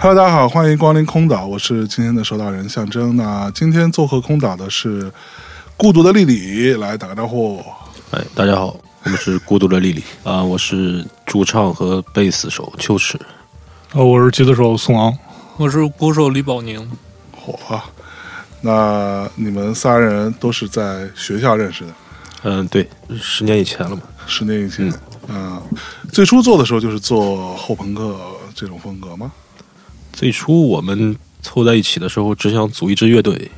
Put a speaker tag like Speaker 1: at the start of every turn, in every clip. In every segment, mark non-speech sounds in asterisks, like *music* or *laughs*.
Speaker 1: Hello，大家好，欢迎光临空岛，我是今天的守岛人象征。那今天做客空岛的是孤独的丽丽，来打个招呼。
Speaker 2: 哎，大家好，我们是孤独的丽丽啊，我是主唱和贝斯手秋实。
Speaker 3: 呃，我是吉他手宋昂，
Speaker 4: 我是鼓手李宝宁，
Speaker 1: 火啊！那你们仨人都是在学校认识的，
Speaker 2: 嗯，对，十年以前了嘛。
Speaker 1: 十年以前。嗯，最初做的时候就是做后朋克这种风格吗？
Speaker 2: 最初我们凑在一起的时候，只想组一支乐队，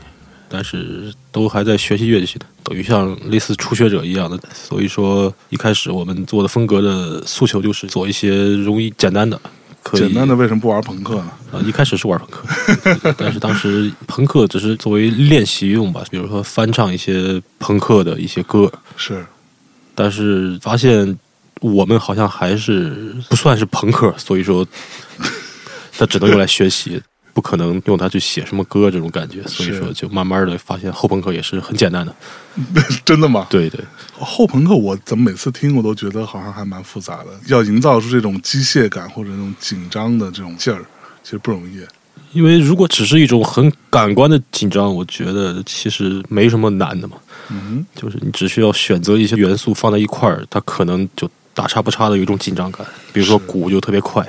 Speaker 2: 但是都还在学习乐器的，等于像类似初学者一样的。所以说，一开始我们做的风格的诉求就是做一些容易简单的，可以
Speaker 1: 简单的为什么不玩朋克呢？
Speaker 2: 啊，一开始是玩朋克， *laughs* 但是当时朋克只是作为练习用吧，比如说翻唱一些朋克的一些歌，
Speaker 1: 是 *laughs*
Speaker 2: 但是发现我们好像还是不算是朋克，所以说它只能用来学习，不可能用它去写什么歌这种感觉，所以说就慢慢的发现后朋克也是很简单的，
Speaker 1: 真的吗？
Speaker 2: 对对，
Speaker 1: 后朋克我怎么每次听我都觉得好像还蛮复杂的，要营造出这种机械感或者那种紧张的这种劲儿，其实不容易。
Speaker 2: 因为如果只是一种很感官的紧张，我觉得其实没什么难的嘛，
Speaker 1: 嗯
Speaker 2: 就是你只需要选择一些元素放在一块儿，它可能就大差不差的有一种紧张感，比如说
Speaker 1: 是
Speaker 2: 鼓就特别快，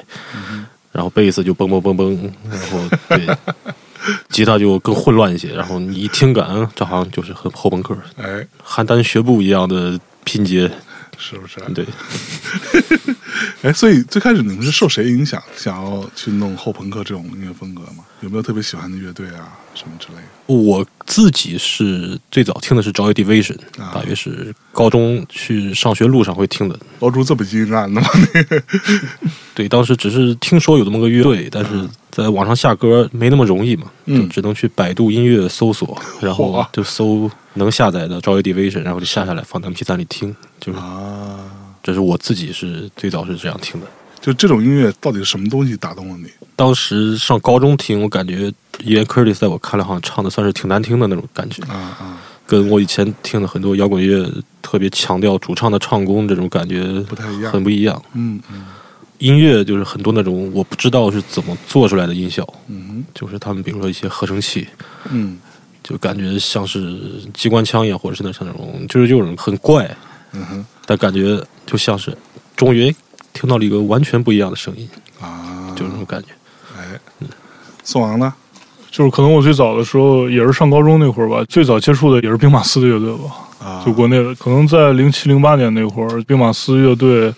Speaker 1: 哼
Speaker 2: 然后贝斯就嘣嘣嘣嘣，然后对，吉他就更混乱一些。然后你一听感，嗯这好像就是很后朋克，
Speaker 1: 哼，哎，
Speaker 2: 邯郸学步一样的拼接。
Speaker 1: 是不是？
Speaker 2: 对，
Speaker 1: 哎，所以最开始你们是受谁影响，想要去弄后朋克这种音乐风格吗？有没有特别喜欢的乐队啊，什么之类的？
Speaker 2: 我自己是最早听的是 Joy Division，
Speaker 1: 啊
Speaker 2: 大约是高中去上学路上会听的。
Speaker 1: 老朱这么阴暗的吗？
Speaker 2: 对，当时只是听说有这么个乐队，但是在网上下歌没那么容易嘛，
Speaker 1: 嗯 *laughs*
Speaker 2: 就只能去百度音乐搜索，然后
Speaker 1: 嚯
Speaker 2: 就搜能下载的 Joy Division，然后就下下来放 MP 3里听。就是
Speaker 1: 啊，
Speaker 2: 这是我自己是最早是这样听的。
Speaker 1: 就这种音乐到底是什么东西打动了你？
Speaker 2: 当时上高中听，我感觉 Ian Curtis 在我看来好像唱的算是挺难听的那种感觉，
Speaker 1: 啊啊，
Speaker 2: 跟我以前听的很多摇滚乐特别强调主唱的唱功这种感觉
Speaker 1: 不太一样。
Speaker 2: 很不一样。
Speaker 1: 嗯嗯
Speaker 2: 音乐就是很多那种我不知道是怎么做出来的音效，
Speaker 1: 嗯
Speaker 2: 就是他们比如说一些合成器，
Speaker 1: 嗯
Speaker 2: 就感觉像是机关枪一样，或者是那像那种就是有种很怪，
Speaker 1: 嗯哼
Speaker 2: 但感觉就像是终于听到了一个完全不一样的声音，
Speaker 1: 啊，
Speaker 2: 就是那种感觉。
Speaker 1: 哎，宋昂呢？
Speaker 3: 就是可能我最早的时候也是上高中那会儿吧，最早接触的也是兵马司的乐队吧，
Speaker 1: 啊，
Speaker 3: 就国内的，可能在零七零八年那会儿，兵马司乐队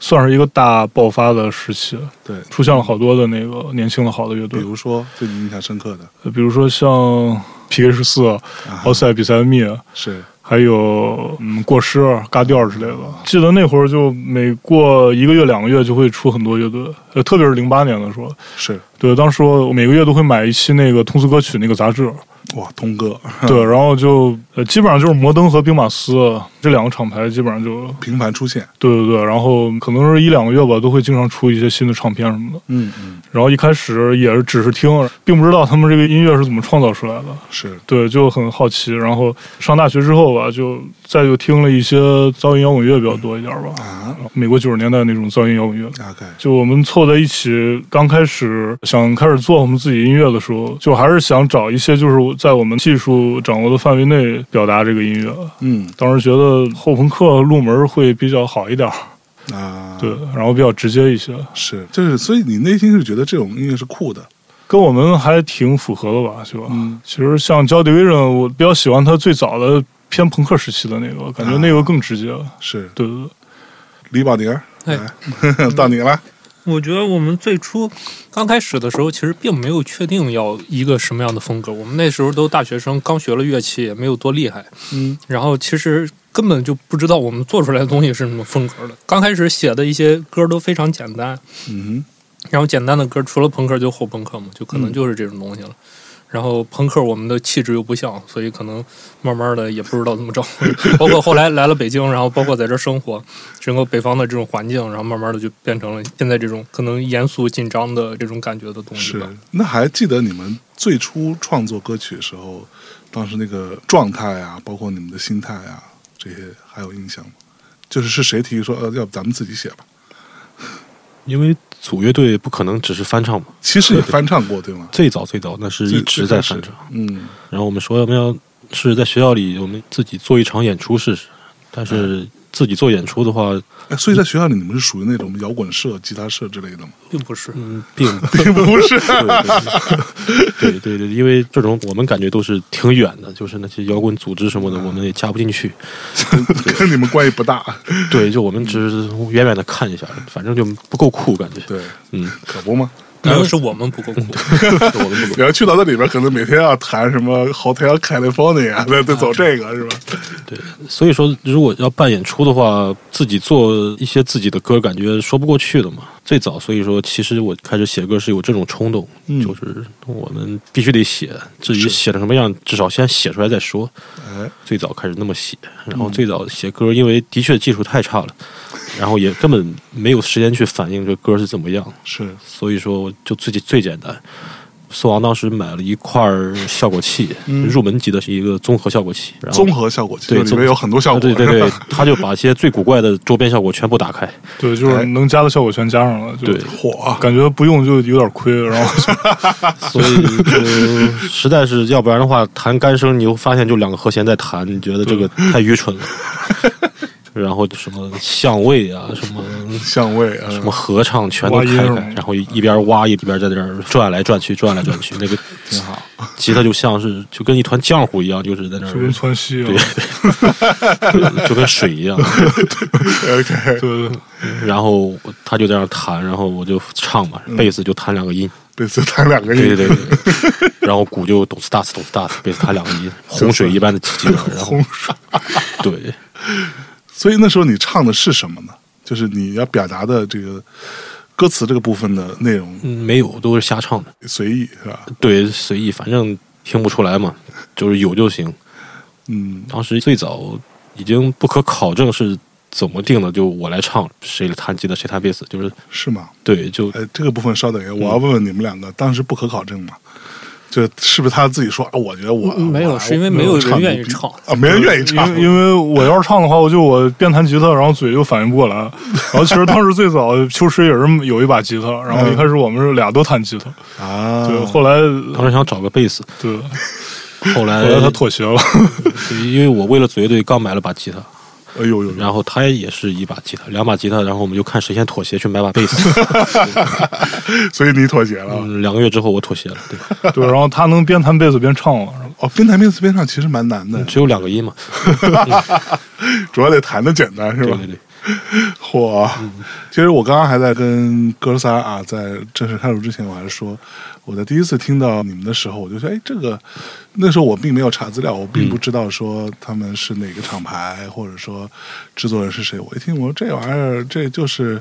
Speaker 3: 算是一个大爆发的时期，
Speaker 1: 对，
Speaker 3: 出现了好多的那个年轻的好的乐
Speaker 1: 比
Speaker 3: 队，
Speaker 1: 如说对你印象深刻的，
Speaker 3: 呃比如说像 P H 四、
Speaker 1: 啊
Speaker 3: 奥赛比赛密，
Speaker 1: 是
Speaker 3: 还有嗯过失、嘎调之类的。记得那会儿就每过一个月、两个月就会出很多乐队，呃，特别是零八年的时候，
Speaker 1: 是，
Speaker 3: 对，当时我每个月都会买一期那个通俗歌曲那个杂志，
Speaker 1: 哇，东哥
Speaker 3: 对，然后就呃基本上就是摩登和兵马司这两个厂牌，基本上就
Speaker 1: 频繁出现。
Speaker 3: 对对对，然后可能是一两个月吧，都会经常出一些新的唱片什么的。
Speaker 1: 嗯嗯，
Speaker 3: 然后一开始也是只是听，并不知道他们这个音乐是怎么创造出来的。
Speaker 1: 是
Speaker 3: 对，就很好奇。然后上大学之后吧，就再就听了一些噪音摇滚乐比较多一点吧，
Speaker 1: 啊，
Speaker 3: 美国九十年代那种噪音摇滚乐。
Speaker 1: 大概
Speaker 3: 就我们凑在一起，刚开始想开始做我们自己音乐的时候，就还是想找一些就是在我们技术掌握的范围内表达这个音乐。
Speaker 1: 嗯
Speaker 3: 当时觉得后朋克入门会比较好一点儿，
Speaker 1: 啊，
Speaker 3: 对，然后比较直接一些，
Speaker 1: 是，就是，所以你内心是觉得这种音乐是酷的，
Speaker 3: 跟我们还挺符合的吧，是吧？
Speaker 1: 嗯
Speaker 3: 其实像 Joy Division，我比较喜欢他最早的偏朋克时期的那个，感觉那个更直接。
Speaker 1: 啊是
Speaker 3: 对对对，
Speaker 1: 李宝宁儿，
Speaker 4: 哎
Speaker 1: 来 *laughs* 到你了，
Speaker 4: 我觉得我们最初刚开始的时候，其实并没有确定要一个什么样的风格。我们那时候都大学生，刚学了乐器，也没有多厉害。
Speaker 3: 嗯，
Speaker 4: 然后其实根本就不知道我们做出来的东西是什么风格的。刚开始写的一些歌都非常简单，
Speaker 1: 嗯
Speaker 4: 然后简单的歌除了朋克就后朋克嘛，就可能
Speaker 1: 嗯
Speaker 4: 就是这种东西了。然后朋克我们的气质又不像，所以可能慢慢的也不知道怎么找。包括后来来了北京，然后包括在这儿生活，整个北方的这种环境，然后慢慢的就变成了现在这种可能严肃紧张的这种感觉的东
Speaker 1: 哼，
Speaker 4: 西
Speaker 1: 是
Speaker 4: 吧。。
Speaker 1: 那还记得你们最初创作歌曲的时候，当时那个状态啊，包括你们的心态啊，这些还有印象吗？就是是谁提议说，呃，要不咱们自己写吧？
Speaker 2: 因为组乐队不可能只是翻唱嘛，
Speaker 1: 其实也翻唱过，对
Speaker 2: *laughs*
Speaker 1: 吗？
Speaker 2: 最早最早那是一直在翻唱。
Speaker 1: 嗯，
Speaker 2: 然后我们说要不要是在学校里我们自己做一场演出试试，但是自己做演出的话，
Speaker 1: 哎，所以在学校里你们是属于那种摇滚社、吉他社之类的
Speaker 2: *laughs*
Speaker 1: 吗？
Speaker 4: 并不是，
Speaker 2: 嗯，并不 *laughs*
Speaker 1: 并不是，
Speaker 2: 对对对，因为这种我们感觉都是挺远的，就是那些摇滚组织什么的，我们也加不进去。
Speaker 1: 跟你们关系不大。
Speaker 2: 对，就我们只是远远的看一下，反正就不够酷，感觉。
Speaker 1: 对，
Speaker 2: 嗯，
Speaker 1: 可不吗？
Speaker 4: 然后是我们不够酷， *laughs*
Speaker 2: 就我们不够。
Speaker 1: 你要去到那里边，可能每天要谈什么 Hotel California，那得
Speaker 2: 啊
Speaker 1: 走这个是吧？
Speaker 2: 对，所以说如果要办演出的话，自己做一些自己的歌，感觉说不过去的嘛。最早，所以说其实我开始写歌是有这种冲动，
Speaker 1: 嗯
Speaker 2: 就是我们必须得写，至于
Speaker 1: 是
Speaker 2: 写成什么样，至少先写出来再说。
Speaker 1: 哎，嗯
Speaker 2: 最早开始那么写，然后最早写歌，因为的确技术太差了，然后也根本没有时间去反映这歌是怎么样，
Speaker 1: 是，
Speaker 2: 所以说就最最简单。宋王当时买了一块儿效果器，入门级的是一个综合效果器，然后
Speaker 1: 嗯综合效果器，
Speaker 2: 对
Speaker 1: 就里面有很多效果， *laughs*
Speaker 2: 啊对对
Speaker 1: 是
Speaker 2: 对
Speaker 1: 吧，
Speaker 2: 他就把一些最古怪的周边效果全部打开，
Speaker 3: 对，就是能加的效果全加上了，就
Speaker 2: 对，
Speaker 1: 火，啊
Speaker 3: 感觉不用就有点亏，然后
Speaker 2: 所
Speaker 3: 就
Speaker 2: 以就实在是要不然的话，弹干声你又发现就两个和弦在弹，你觉得这个太愚蠢了。然后什么相位啊，什么
Speaker 1: 相位啊，
Speaker 2: 什么合唱全都
Speaker 3: 挖音
Speaker 2: 开
Speaker 3: 是吗
Speaker 2: 开，然后一边挖一边在那儿转来转去，转来转去，那个
Speaker 1: 挺好。
Speaker 2: 吉他就像是就跟一团浆糊一样，就是在那
Speaker 3: 就跟
Speaker 2: 儿。
Speaker 3: 窜稀了
Speaker 2: 对。， *laughs* 就跟水一样。 *laughs*
Speaker 1: OK，
Speaker 3: 对，对
Speaker 2: 然后我他就在那儿弹，然后我就唱嘛，贝斯就弹两个音，
Speaker 1: 这次弹两个
Speaker 2: 对
Speaker 1: 音，*laughs*
Speaker 2: 对对对，然后鼓就咚次大次咚次大次，贝斯弹两个音，洪水一般的挤进
Speaker 1: *laughs*
Speaker 2: 来，然后
Speaker 1: 红水。
Speaker 2: 对，
Speaker 1: 所以那时候你唱的是什么呢？就是你要表达的这个歌词这个部分的内容，
Speaker 2: 嗯没有都是瞎唱的，
Speaker 1: 随意是吧？
Speaker 2: 对，随意，反正听不出来嘛，就是有就行。
Speaker 1: 嗯，
Speaker 2: 当时最早已经不可考证是怎么定的，就我来唱，谁弹吉他谁弹贝斯，就是
Speaker 1: 是吗？
Speaker 2: 对，就
Speaker 1: 哎，这个部分稍等一下，我要问问你们两个，当时不可考证嘛？就是不是他自己说啊？我觉得我
Speaker 4: 嗯没有
Speaker 1: 我
Speaker 4: 是因为没有人愿意
Speaker 1: 我
Speaker 4: 唱
Speaker 1: 啊，没人 *laughs* 愿意唱，
Speaker 3: 因为因为我要是唱的话，我就我边弹吉他，然后嘴就反应不过来。然后其实当时最早秋实也是有一把吉他，然后一开始我们是俩都弹吉他，
Speaker 1: 啊，
Speaker 3: 对，后来
Speaker 2: 当时想找个贝斯，
Speaker 3: 对，
Speaker 2: 后
Speaker 1: *laughs*
Speaker 2: 来
Speaker 3: 后来他妥协了， *laughs*
Speaker 2: 因为我为了组乐队刚买了把吉他，
Speaker 1: 哎呦呦
Speaker 2: *laughs*
Speaker 1: 呦，
Speaker 2: 然后他也是一把吉他，两把吉他，然后我们就看谁先妥协去买把贝斯。
Speaker 1: *laughs* 所以你妥协了、
Speaker 2: 嗯，两个月之后我妥协了，对，
Speaker 3: 对，然后他能边弹贝斯边唱了，
Speaker 1: 哦。边弹边词边唱其实蛮难的，
Speaker 2: 只有两个音嘛，
Speaker 1: *laughs* 主要得弹的简单是
Speaker 2: 对
Speaker 1: 吧
Speaker 2: 对？对，
Speaker 1: 嚯！其实我刚刚还在跟哥仨啊，在正式开录之前，我还是说，我在第一次听到你们的时候，我就说，哎，这个那时候我并没有查资料，我并不知道说他们是哪个厂牌，或者说制作人是谁。我一听，我说这玩意儿，这就是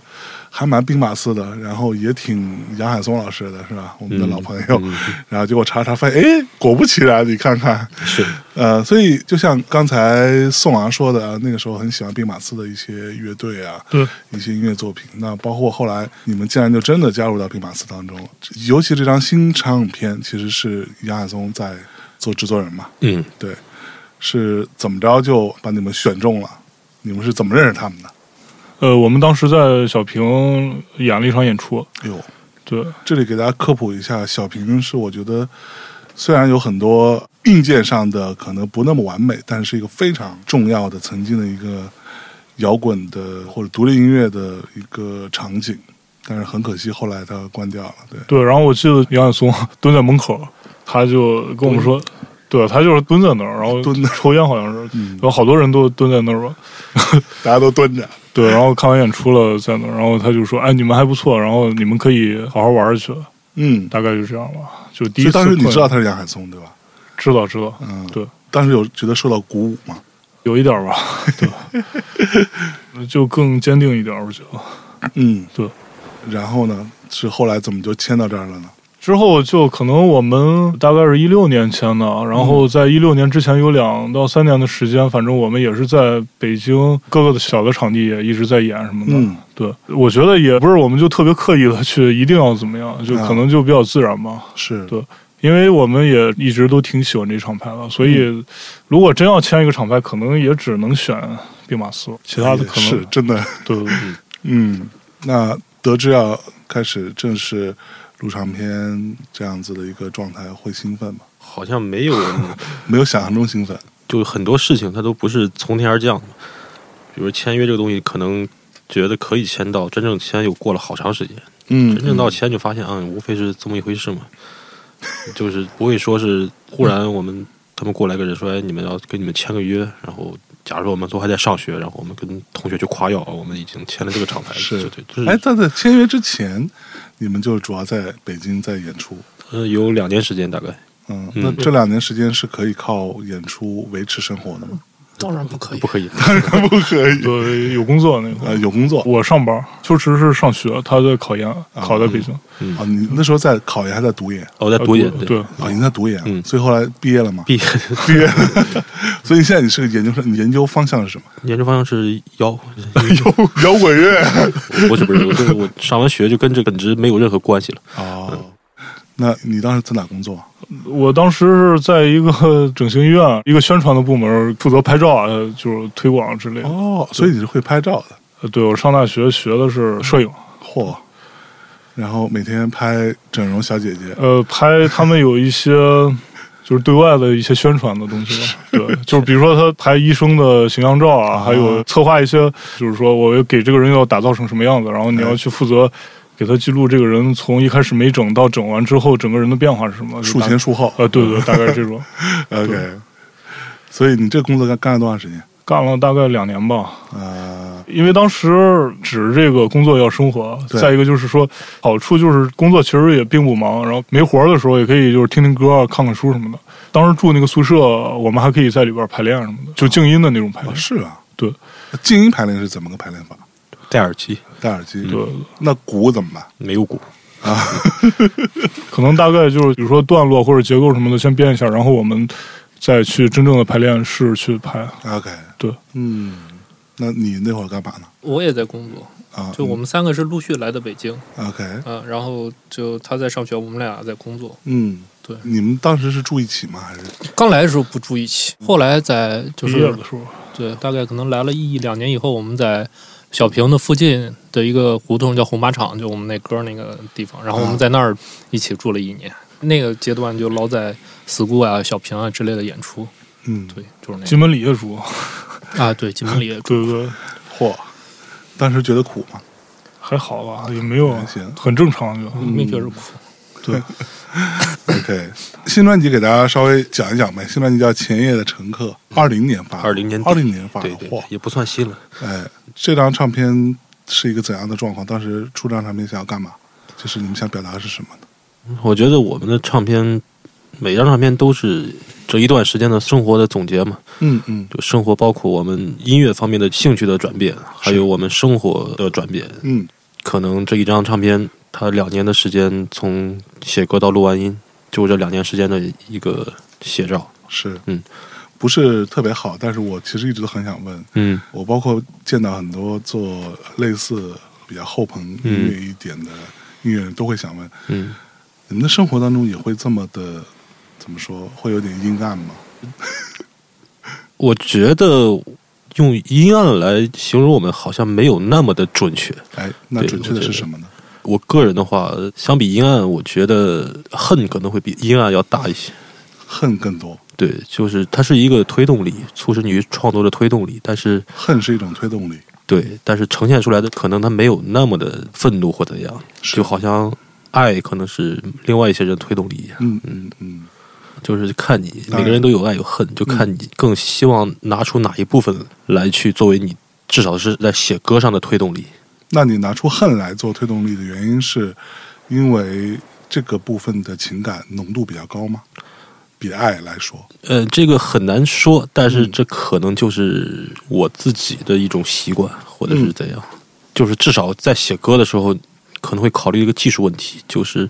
Speaker 1: 还蛮兵马司的，然后也挺杨海松老师的是吧？我们的老朋友。然后结果查查发现，哎，果不其然，你看看，
Speaker 2: 是
Speaker 1: 呃，所以就像刚才宋昂说的，啊那个时候很喜欢兵马司的一些乐队啊，
Speaker 3: 对，
Speaker 1: 一些音乐作品。那包括后来你们竟然就真的加入到兵马司当中了，尤其这张新唱片其实是杨海松在做制作人嘛，
Speaker 2: 嗯，
Speaker 1: 对，是怎么着就把你们选中了？你们是怎么认识他们的？
Speaker 3: 呃，我们当时在小平演了一场演出，
Speaker 1: 哎呦，
Speaker 3: 对，
Speaker 1: 这里给大家科普一下，小平是我觉得虽然有很多硬件上的可能不那么完美，但是一个非常重要的曾经的一个摇滚的或者独立音乐的一个场景，但是很可惜后来它关掉了。对，
Speaker 3: 对，然后我记得杨晓松蹲在门口，他就跟我们说，对他就是蹲在那儿，然后
Speaker 1: 蹲那儿
Speaker 3: 抽烟好像是，
Speaker 1: 嗯
Speaker 3: 有好多人都蹲在那儿吧，
Speaker 1: 大家都蹲着，
Speaker 3: 对，然后看完演出了在那儿，然后他就说：“哎，你们还不错，然后你们可以好好玩儿去。”
Speaker 1: 嗯，
Speaker 3: 大概就这样吧。就第一
Speaker 1: 所
Speaker 3: 次
Speaker 1: 以当时你
Speaker 3: 困
Speaker 1: 知道他是杨海松对吧？
Speaker 3: 知道知道，
Speaker 1: 嗯，
Speaker 3: 对。
Speaker 1: 当时有觉得受到鼓舞吗？
Speaker 3: 有一点儿吧，对， *laughs* 就更坚定一点儿，我觉得。
Speaker 1: 嗯，
Speaker 3: 对。
Speaker 1: 然后呢，是后来怎么就签到这儿了呢？
Speaker 3: 之后就可能我们大概是一六年签的，然
Speaker 1: 嗯
Speaker 3: 后在一六年之前有两到三年的时间，反正我们也是在北京各个的小的场地也一直在演什么的。
Speaker 1: 嗯
Speaker 3: 对，我觉得也不是我们就特别刻意的去一定要怎么样，就
Speaker 1: 啊
Speaker 3: 可能就比较自然吧。
Speaker 1: 是，
Speaker 3: 对因为我们也一直都挺喜欢这厂牌的，所
Speaker 1: 嗯
Speaker 3: 以如果真要签一个厂牌，可能也只能选兵马司，其他的可能
Speaker 1: 是真的。
Speaker 3: 对对对
Speaker 1: 嗯，那得知要开始正式录唱片这样子的一个状态，会兴奋吗？
Speaker 2: 好像
Speaker 1: *laughs*
Speaker 2: 没有，
Speaker 1: 没有想象中兴奋。
Speaker 2: 就很多事情它都不是从天而降的。比如签约这个东西，可能觉得可以签到，真正签又过了好长时间。
Speaker 1: 嗯，
Speaker 2: 真正到签就发现啊，无非是这么一回事嘛，就是不会说是忽然我们他们过来个人说，哎，你们要跟你们签个约，然后假如说我们都还在上学，然后我们跟同学去夸耀，我们已经签了这个厂牌，
Speaker 1: 是
Speaker 2: 就对，就是、
Speaker 1: 哎，但在签约之前，你们就主要在北京在演出。
Speaker 2: 呃有两年时间大概，
Speaker 1: 嗯，
Speaker 2: 嗯
Speaker 1: 那这两年时间是可以靠演出维持生活的吗？ *laughs*
Speaker 4: 当然不可以
Speaker 2: 不。可以，
Speaker 1: 不可以。 *laughs*
Speaker 3: 对，有工作那会儿
Speaker 1: 呃，。有工作
Speaker 3: 我上班，秋实是上学，他在考研，考在北京。
Speaker 1: 啊，你那时候在考研还在读研
Speaker 2: 哦，我在
Speaker 3: 呃
Speaker 2: 读研，
Speaker 3: 对
Speaker 2: 对，
Speaker 1: 啊？你在读研，
Speaker 2: 嗯
Speaker 1: 所以后来毕业了嘛？
Speaker 2: 毕业
Speaker 1: 毕业了，所以现在你是个研究生，你研究方向是什么？
Speaker 2: 研究方向是腰，
Speaker 1: 摇滚乐。
Speaker 2: *laughs* 不是不是，我就是我上完学就跟这本职没有任何关系了，
Speaker 1: 哦，那你当时在哪工作？
Speaker 3: 我当时是在一个整形医院，一个宣传的部门，负责拍照啊，就是推广之类的。
Speaker 1: 哦，所以你是会拍照的，
Speaker 3: 呃对我上大学学的是摄影，
Speaker 1: 嚯！然后每天拍整容小姐姐，
Speaker 3: 呃，拍他们有一些。就是对外的一些宣传的东西
Speaker 1: *laughs*
Speaker 3: 吧，对，就是比如说他拍医生的形象照啊，还有策划一些，就是说我要给这个人要打造成什么样子，然后你要去负责给他记录这个人从一开始没整到整完之后整个人的变化是什么，就
Speaker 1: 术
Speaker 3: 大
Speaker 1: 前术后。
Speaker 3: 呃，对对，大概这种，
Speaker 1: OK，所以你这工作干干了多长时间？
Speaker 3: 干了大概两年吧。
Speaker 1: 啊，
Speaker 3: 因为当时指这个工作要生活，
Speaker 1: 对
Speaker 3: 再一个就是说，好处就是工作其实也并不忙，然后没活儿的时候也可以就是听听歌、啊看看书什么的。当时住那个宿舍，我们还可以在里边排练什么的，就静音的那种排练
Speaker 1: 哦。是啊，
Speaker 3: 对
Speaker 1: 静音排练是怎么个排练法？
Speaker 2: 戴耳机
Speaker 1: 戴耳机。
Speaker 3: 对，
Speaker 1: 那鼓怎么办？
Speaker 2: 没有鼓，
Speaker 3: 可能大概就是比如说段落或者结构什么的先编一下，然后我们再去真正的排练室去排。
Speaker 1: OK，
Speaker 3: 对，
Speaker 1: 嗯，那你那会儿干嘛呢？
Speaker 4: 我也在工作，
Speaker 1: 啊，
Speaker 4: 就我们三个是陆续来的北京，
Speaker 1: 嗯 OK，
Speaker 4: 啊，然后就他在上学，我们俩在工作。
Speaker 1: 嗯，
Speaker 4: 对
Speaker 1: 你们当时是住一起吗？还是
Speaker 4: 刚来的时候不住一起，后来在就
Speaker 3: 毕业
Speaker 4: 是
Speaker 3: 的时候，
Speaker 4: 对，大概可能来了一两年以后，我们在小平的附近的一个胡同叫红马场，就我们那歌那个地方，然后我们在那儿一起住了一年。那个阶段就老在 school 啊、小平啊之类的演出，
Speaker 1: 嗯，
Speaker 4: 对，就是那
Speaker 3: 金门里业主，
Speaker 4: 个啊，对，金门里也住。
Speaker 3: 对对对，
Speaker 1: 嚯，当时觉得苦吗？
Speaker 3: 还好吧，也没有
Speaker 1: 还行，嗯
Speaker 3: 很正常就。
Speaker 4: 没觉着苦，
Speaker 1: *laughs* OK，新专辑给大家稍微讲一讲呗。新专辑叫《前夜的乘客》，二零年发的，
Speaker 2: 20年底
Speaker 1: 二零年发的，
Speaker 2: 对对
Speaker 1: 嚯，，
Speaker 2: 也不算新了。
Speaker 1: 哎，这张唱片是一个怎样的状况？当时出这张唱片想要干嘛？就是你们想表达的是什么呢？
Speaker 2: 我觉得我们的唱片，每张唱片都是这一段时间的生活的总结嘛。
Speaker 1: 嗯嗯
Speaker 2: 就生活包括我们音乐方面的兴趣的转变，还有我们生活的转变。
Speaker 1: 嗯
Speaker 2: 可能这一张唱片，它两年的时间，从写歌到录完音，就这两年时间的一个写照。
Speaker 1: 是
Speaker 2: 嗯，
Speaker 1: 不是特别好，但是我其实一直都很想问，
Speaker 2: 嗯，
Speaker 1: 我包括见到很多做类似比较后朋音乐一点的音乐人，都会想问，
Speaker 2: 嗯，
Speaker 1: 你们的生活当中也会这么的，怎么说，会有点阴暗吗？
Speaker 2: 我觉得用阴暗来形容我们，好像没有那么的准确。
Speaker 1: 哎，那
Speaker 2: 对
Speaker 1: 准确的
Speaker 2: 我觉
Speaker 1: 是
Speaker 2: 得
Speaker 1: 什么呢？
Speaker 2: 我个人的话，相比阴暗，我觉得恨可能会比阴暗要大一些。
Speaker 1: 恨更多，
Speaker 2: 对，就是它是一个推动力，促使你去创作的推动力，但是
Speaker 1: 恨是一种推动力。
Speaker 2: 对，但是呈现出来的可能它没有那么的愤怒或怎样，就好像爱可能是另外一些人推动力一样，
Speaker 1: 嗯嗯嗯，
Speaker 2: 就是看你
Speaker 1: 当然
Speaker 2: 每个人都有爱有恨，就看你更希望拿出哪一部分来去作为你至少是在写歌上的推动力。
Speaker 1: 那你拿出恨来做推动力的原因，是因为这个部分的情感浓度比较高吗？比爱来说，
Speaker 2: 呃，这个很难说，但是这可能就是我自己的一种习惯，或者是怎样，就是至少在写歌的时候，可能会考虑一个技术问题，就是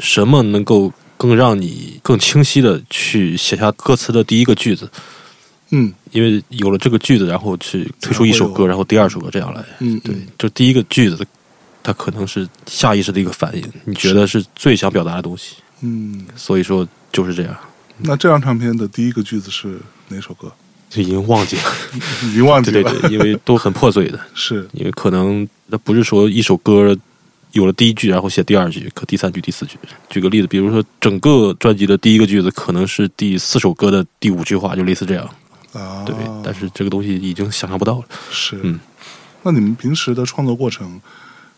Speaker 2: 什么能够更让你更清晰的去写下歌词的第一个句子，
Speaker 1: 嗯
Speaker 2: 因为有了这个句子，然后去推出一首歌，然后第二首歌这样来，
Speaker 1: 嗯，
Speaker 2: 对，就第一个句子，它可能是下意识的一个反应，你觉得是最想表达的东西，
Speaker 1: 嗯，嗯。
Speaker 2: 所以说就是这样，
Speaker 1: 那这张唱片的第一个句子是哪首歌？ *laughs*
Speaker 2: 就已经忘记了， *laughs*
Speaker 1: 已经忘记
Speaker 2: 对
Speaker 1: 了，
Speaker 2: 对对，因为都很破碎的，
Speaker 1: 是
Speaker 2: 因为可能它不是说一首歌有了第一句，然后写第二句，可第三句、第四句。举个例子，比如说整个专辑的第一个句子可能是第四首歌的第五句话，就类似这样。
Speaker 1: 啊，
Speaker 2: 对，但是这个东西已经想象不到了。
Speaker 1: 是，
Speaker 2: 嗯
Speaker 1: 那你们平时的创作过程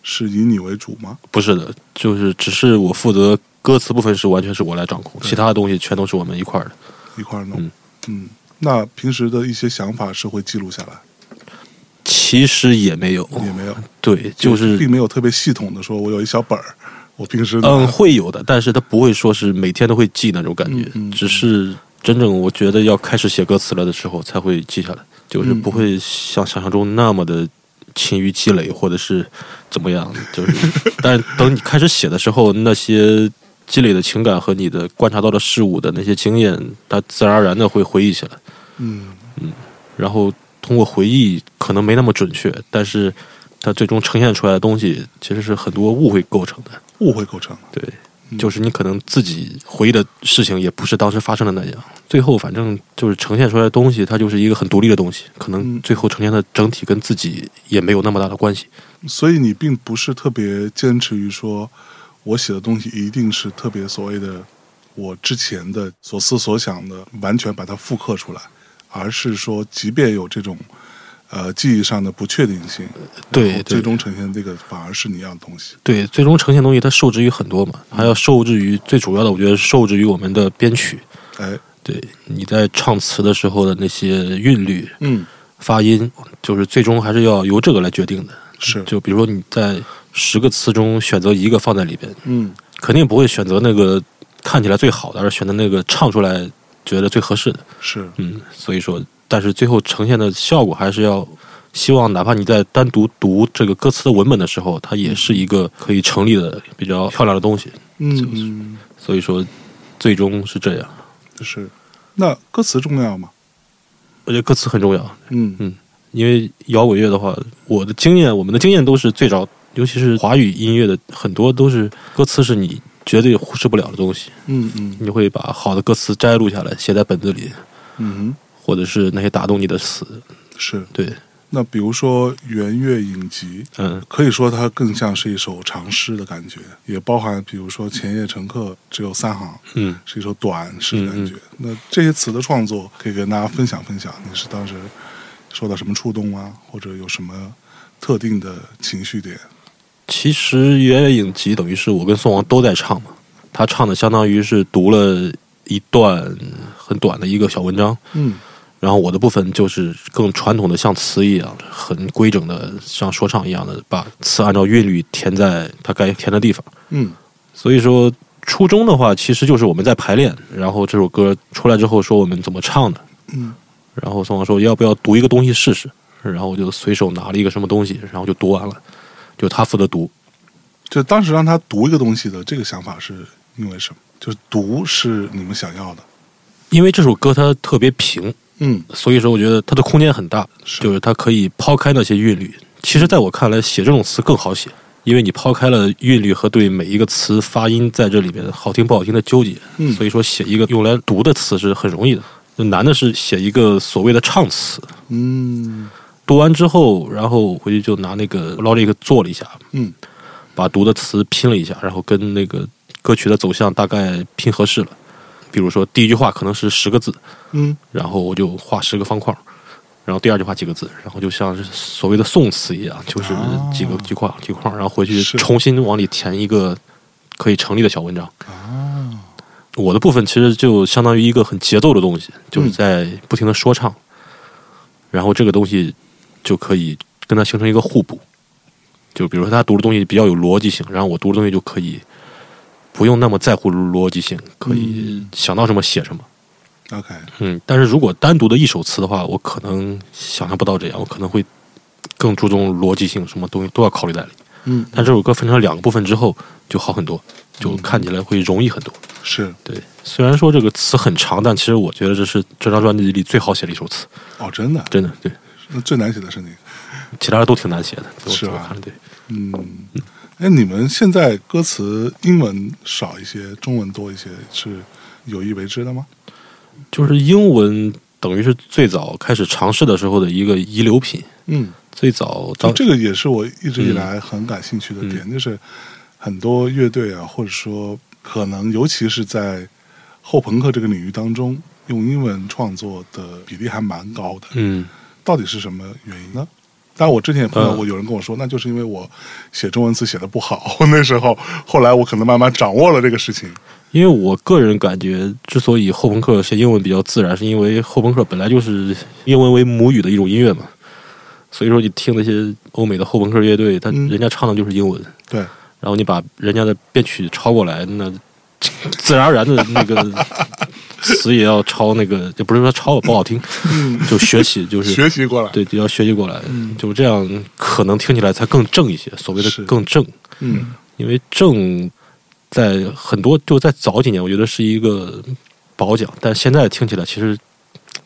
Speaker 1: 是以你为主吗？
Speaker 2: 不是的，就是只是我负责歌词部分是完全是我来掌控，其他的东西全都是我们一块儿的。
Speaker 1: 一块儿弄，嗯
Speaker 2: 嗯
Speaker 1: 那平时的一些想法是会记录下来，
Speaker 2: 其实也没有，
Speaker 1: 也没有，
Speaker 2: 对，哦就是
Speaker 1: 并没有特别系统的说，我有一小本儿，我平时
Speaker 2: 嗯，会有的，但是他不会说是每天都会记那种感觉，
Speaker 1: 嗯嗯
Speaker 2: 只是真正我觉得要开始写歌词了的时候才会记下来，就是
Speaker 1: 嗯
Speaker 2: 不会像想象中那么的勤于积累，或者是怎么样，就是，
Speaker 1: *laughs*
Speaker 2: 但是等你开始写的时候，那些积累的情感和你的观察到的事物的那些经验，它自然而然的会回忆起来，
Speaker 1: 嗯
Speaker 2: 然后通过回忆可能没那么准确，但是它最终呈现出来的东西其实是很多误会构成的。
Speaker 1: 误会构成了，
Speaker 2: 对
Speaker 1: 嗯，
Speaker 2: 就是你可能自己回忆的事情也不是当时发生的那样，最后反正就是呈现出来的东西，它就是一个很独立的东西，可
Speaker 1: 嗯
Speaker 2: 能最后呈现的整体跟自己也没有那么大的关系。
Speaker 1: 所以你并不是特别坚持于说我写的东西一定是特别所谓的我之前的所思所想的，完全把它复刻出来，而是说即便有这种。呃，记忆上的不确定性，然后
Speaker 2: 哎对，
Speaker 1: 最
Speaker 2: 对
Speaker 1: 终呈现这个反而是你要的东西。
Speaker 2: 对，最终呈现的东西它受制于很多
Speaker 1: 嗯
Speaker 2: 嘛，还要受制于最主要的，我觉得是受制于我们的编曲。
Speaker 1: 哎，
Speaker 2: 对，你在唱词的时候的那些韵律、
Speaker 1: 嗯，
Speaker 2: 发音，就是最终还是要由这个来决定的。
Speaker 1: 是，
Speaker 2: 就比如说你在十个词中选择一个放在里边，
Speaker 1: 嗯
Speaker 2: 肯定不会选择那个看起来最好的，而是选择那个唱出来觉得最合适的。
Speaker 1: 是，
Speaker 2: 嗯，所以说，但是最后呈现的效果还是要希望，哪怕你在单独读这个歌词的文本的时候，它也是一个可以成立的比较漂亮的东西。
Speaker 1: 嗯，
Speaker 2: 所以说，最终是这样。
Speaker 1: 是。那歌词重要吗？
Speaker 2: 我觉得歌词很重要，
Speaker 1: 嗯
Speaker 2: 嗯因为摇滚乐的话，我的经验，我们的经验都是最早，尤其是华语音乐的很多都是歌词是你绝对忽视不了的东西，
Speaker 1: 嗯嗯
Speaker 2: 你会把好的歌词摘录下来，写在本子里，
Speaker 1: 嗯
Speaker 2: 或者是那些打动你的词，
Speaker 1: 哼，是。
Speaker 2: 对，
Speaker 1: 那比如说圆月影集，
Speaker 2: 嗯，
Speaker 1: 可以说它更像是一首长诗的感觉，也包含比如说前夜乘客只有三行，
Speaker 2: 嗯，
Speaker 1: 是一首短诗的感觉
Speaker 2: 嗯。
Speaker 1: 那这些词的创作，可以跟大家分享分享，你是当时受到什么触动啊，或者有什么特定的情绪点？
Speaker 2: 其实圆月影集等于是我跟宋王都在唱嘛，他唱的相当于是读了一段很短的一个小文章，
Speaker 1: 嗯
Speaker 2: 然后我的部分就是更传统的像词一样，很规整的像说唱一样的把词按照韵律填在它该填的地方。
Speaker 1: 嗯
Speaker 2: 所以说初中的话，其实就是我们在排练，然后这首歌出来之后说我们怎么唱的，
Speaker 1: 嗯
Speaker 2: 然后宋王说要不要读一个东西试试，然后我就随手拿了一个什么东西，然后就读完了，就他负责读。
Speaker 1: 就当时让他读一个东西的这个想法是因为什么？就是读是你们想要的，
Speaker 2: 因为这首歌它特别平，
Speaker 1: 嗯，
Speaker 2: 所以说我觉得它的空间很大，
Speaker 1: 是
Speaker 2: 就是它可以抛开那些韵律。其实，在我看来，写这种词更好写，因为你抛开了韵律和对每一个词发音在这里边好听不好听的纠结，
Speaker 1: 嗯
Speaker 2: 所以说写一个用来读的词是很容易的。就难的是写一个所谓的唱词，
Speaker 1: 嗯
Speaker 2: 读完之后，然后回去就拿那个 Logic 做了一下，
Speaker 1: 嗯
Speaker 2: 把读的词拼了一下，然后跟那个歌曲的走向大概拼合适了。比如说第一句话可能是十个字，
Speaker 1: 嗯
Speaker 2: 然后我就画十个方框，然后第二句话几个字，然后就像是所谓的宋词一样，就是
Speaker 1: 啊
Speaker 2: 几个句框几框，然后回去
Speaker 1: 是
Speaker 2: 重新往里填一个可以成立的小文章。
Speaker 1: 啊，
Speaker 2: 我的部分其实就相当于一个很节奏的东西，就是在不停的说唱，然后这个东西就可以跟它形成一个互补。就比如说他读的东西比较有逻辑性，然后我读的东西就可以不用那么在乎逻辑性，可以想到什么写什么。
Speaker 1: OK，
Speaker 2: 嗯，但是如果单独的一首词的话，我可能想象不到这样，我可能会更注重逻辑性，什么东西都要考虑在里。
Speaker 1: 嗯，
Speaker 2: 但这首歌分成了两个部分之后，就好很多，就看起来会容易很多。
Speaker 1: 是
Speaker 2: 对，虽然说这个词很长，但其实我觉得这是这张专辑里最好写的一首词，
Speaker 1: 哦，真的，
Speaker 2: 真的。对，
Speaker 1: 那最难写的是你。
Speaker 2: 其他的都挺难写的。对我
Speaker 1: 是吧
Speaker 2: 我看了对，
Speaker 1: 嗯，哎，你们现在歌词英文少一些，中文多一些，是有意为之的吗？
Speaker 2: 就是英文等于是最早开始尝试的时候的一个遗留品。
Speaker 1: 嗯，
Speaker 2: 最早
Speaker 1: 就
Speaker 2: 当
Speaker 1: 这个也是我一
Speaker 2: 嗯
Speaker 1: 直以来很感兴趣的点，就是很多乐队啊，或者说可能尤其是在后朋克这个领域当中，用英文创作的比例还蛮高的。
Speaker 2: 嗯
Speaker 1: 到底是什么原因呢？但我之前也碰到
Speaker 2: 嗯
Speaker 1: 过有人跟我说，那就是因为我写中文词写的不好。 *laughs* 那时候，后来我可能慢慢掌握了这个事情。
Speaker 2: 因为我个人感觉，之所以后朋克写英文比较自然，是因为后朋克本来就是英文为母语的一种音乐嘛。所以说，你听那些欧美的后朋克乐队，他
Speaker 1: 嗯
Speaker 2: 人家唱的就是英文，
Speaker 1: 对，
Speaker 2: 然后你把人家的编曲抄过来，那自然而然的那个词也要抄那个，也不是说抄吧，不好听，就学习，
Speaker 1: *laughs*
Speaker 2: 就是
Speaker 1: 学习过来。
Speaker 2: 对，就要学习过来，就这样，可能听起来才更正一些，所谓的
Speaker 1: 嗯是
Speaker 2: 更正。
Speaker 1: 嗯
Speaker 2: 因为正在很多就在早几年，我觉得是一个褒奖，但现在听起来其实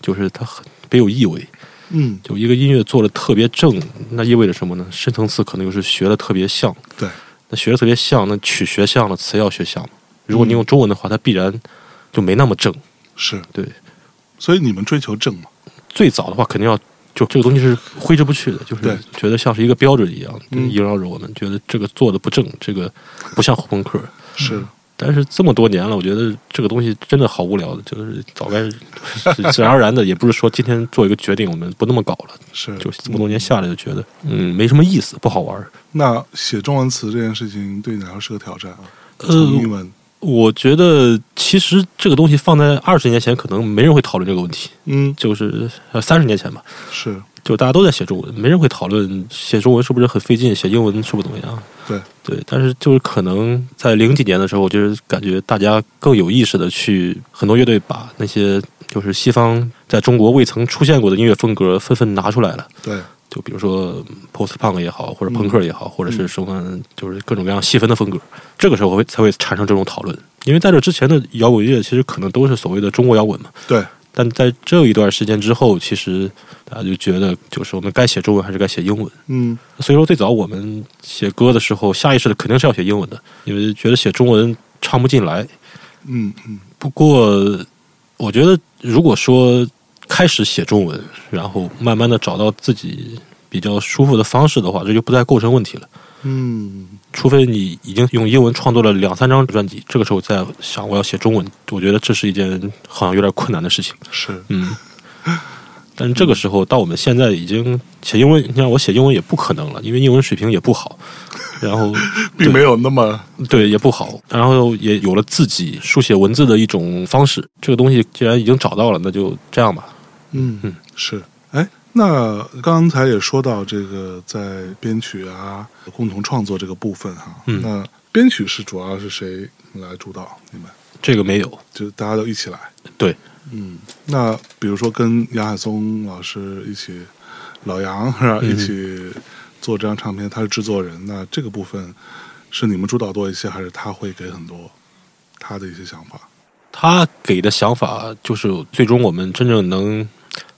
Speaker 2: 就是它很别有意味。
Speaker 1: 嗯，
Speaker 2: 就一个音乐做的特别正，那意味着什么呢？深层次可能就是学的特别像，
Speaker 1: 对，
Speaker 2: 那学的特别像，那曲学像了，词要学像了。如
Speaker 1: 嗯
Speaker 2: 果你用中文的话，它必然就没那么正。
Speaker 1: 是
Speaker 2: 对，
Speaker 1: 所以你们追求正嘛？
Speaker 2: 最早的话肯定要就这个东西是挥之不去的，就是
Speaker 1: 对
Speaker 2: 觉得像是一个标准一样，就
Speaker 1: 嗯
Speaker 2: 萦绕着我们，觉得这个做的不正，这个不像后朋克。
Speaker 1: 是，
Speaker 2: 但是这么多年了，我觉得这个东西真的好无聊的，就是早该是自然而然的，也不是说今天做一个决定，我们不那么搞了，
Speaker 1: 是，
Speaker 2: 就是这么多年下来就觉得，嗯，没什么意思，不好玩儿。
Speaker 1: 那写中文词这件事情对你来说是个挑战啊。从
Speaker 2: 呃
Speaker 1: 英文，
Speaker 2: 我觉得其实这个东西放在二十年前，可能没人会讨论这个问题，
Speaker 1: 嗯，
Speaker 2: 就是呃三十年前吧，
Speaker 1: 是
Speaker 2: 就大家都在写中文，没人会讨论写中文是不是很费劲，写英文是不是怎么样。
Speaker 1: 对，
Speaker 2: 对，但是就是可能在零几年的时候，我就是感觉大家更有意识的去很多乐队把那些就是西方在中国未曾出现过的音乐风格纷纷拿出来了，
Speaker 1: 对，
Speaker 2: 就比如说 post punk 也好，或者朋克也好，或者是什么就是各种各样细分的风格，这个时候会才会产生这种讨论。因为在这之前的摇滚乐其实可能都是所谓的中国摇滚嘛，
Speaker 1: 对，
Speaker 2: 但在这一段时间之后，其实大家就觉得就是我们该写中文还是该写英文。
Speaker 1: 嗯，
Speaker 2: 所以说，最早我们写歌的时候，下意识的肯定是要写英文的，因为觉得写中文唱不进来。
Speaker 1: 嗯嗯，
Speaker 2: 不过，我觉得如果说开始写中文，然后慢慢的找到自己比较舒服的方式的话，这就不再构成问题了。
Speaker 1: 嗯，
Speaker 2: 除非你已经用英文创作了两三张专辑，这个时候再想我要写中文，我觉得这是一件好像有点困难的事情。
Speaker 1: 是，
Speaker 2: 嗯，但是这个时候到我们现在已经写英文，你像我写英文也不可能了，因为英文水平也不好，然后
Speaker 1: 并没有那么，
Speaker 2: 对也不好，然后也有了自己书写文字的一种方式。这个东西既然已经找到了，那就这样吧。
Speaker 1: 嗯，是。哎，那刚才也说到这个在编曲啊、共同创作这个部分哈，
Speaker 2: 嗯
Speaker 1: 那编曲是主要是谁来主导？你们
Speaker 2: 这个没有，
Speaker 1: 就大家都一起来。
Speaker 2: 对，
Speaker 1: 嗯，那比如说跟杨海松老师一起，老杨是吧？一起
Speaker 2: 嗯
Speaker 1: 做这张唱片，他是制作人。那这个部分是你们主导多一些，还是他会给很多他的一些想法？
Speaker 2: 他给的想法就是最终我们真正能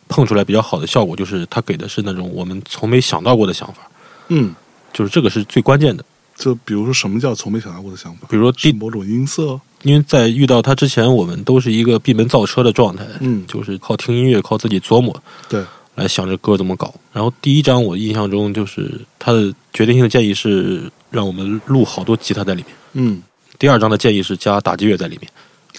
Speaker 2: 碰出来比较好的效果，就是他给的是那种我们从没想到过的想法，
Speaker 1: 嗯，
Speaker 2: 就是这个是最关键的。
Speaker 1: 就比如说什么叫从没想到过的想法？
Speaker 2: 比如说
Speaker 1: 是
Speaker 2: 第
Speaker 1: 某种音色？
Speaker 2: 因为在遇到他之前，我们都是一个闭门造车的状态，
Speaker 1: 嗯
Speaker 2: 就是靠听音乐、靠自己琢磨
Speaker 1: 对，
Speaker 2: 来想着歌怎么搞。然后第一章我印象中就是他的决定性的建议是让我们录好多吉他在里面，
Speaker 1: 嗯
Speaker 2: 第二章的建议是加打击乐在里面。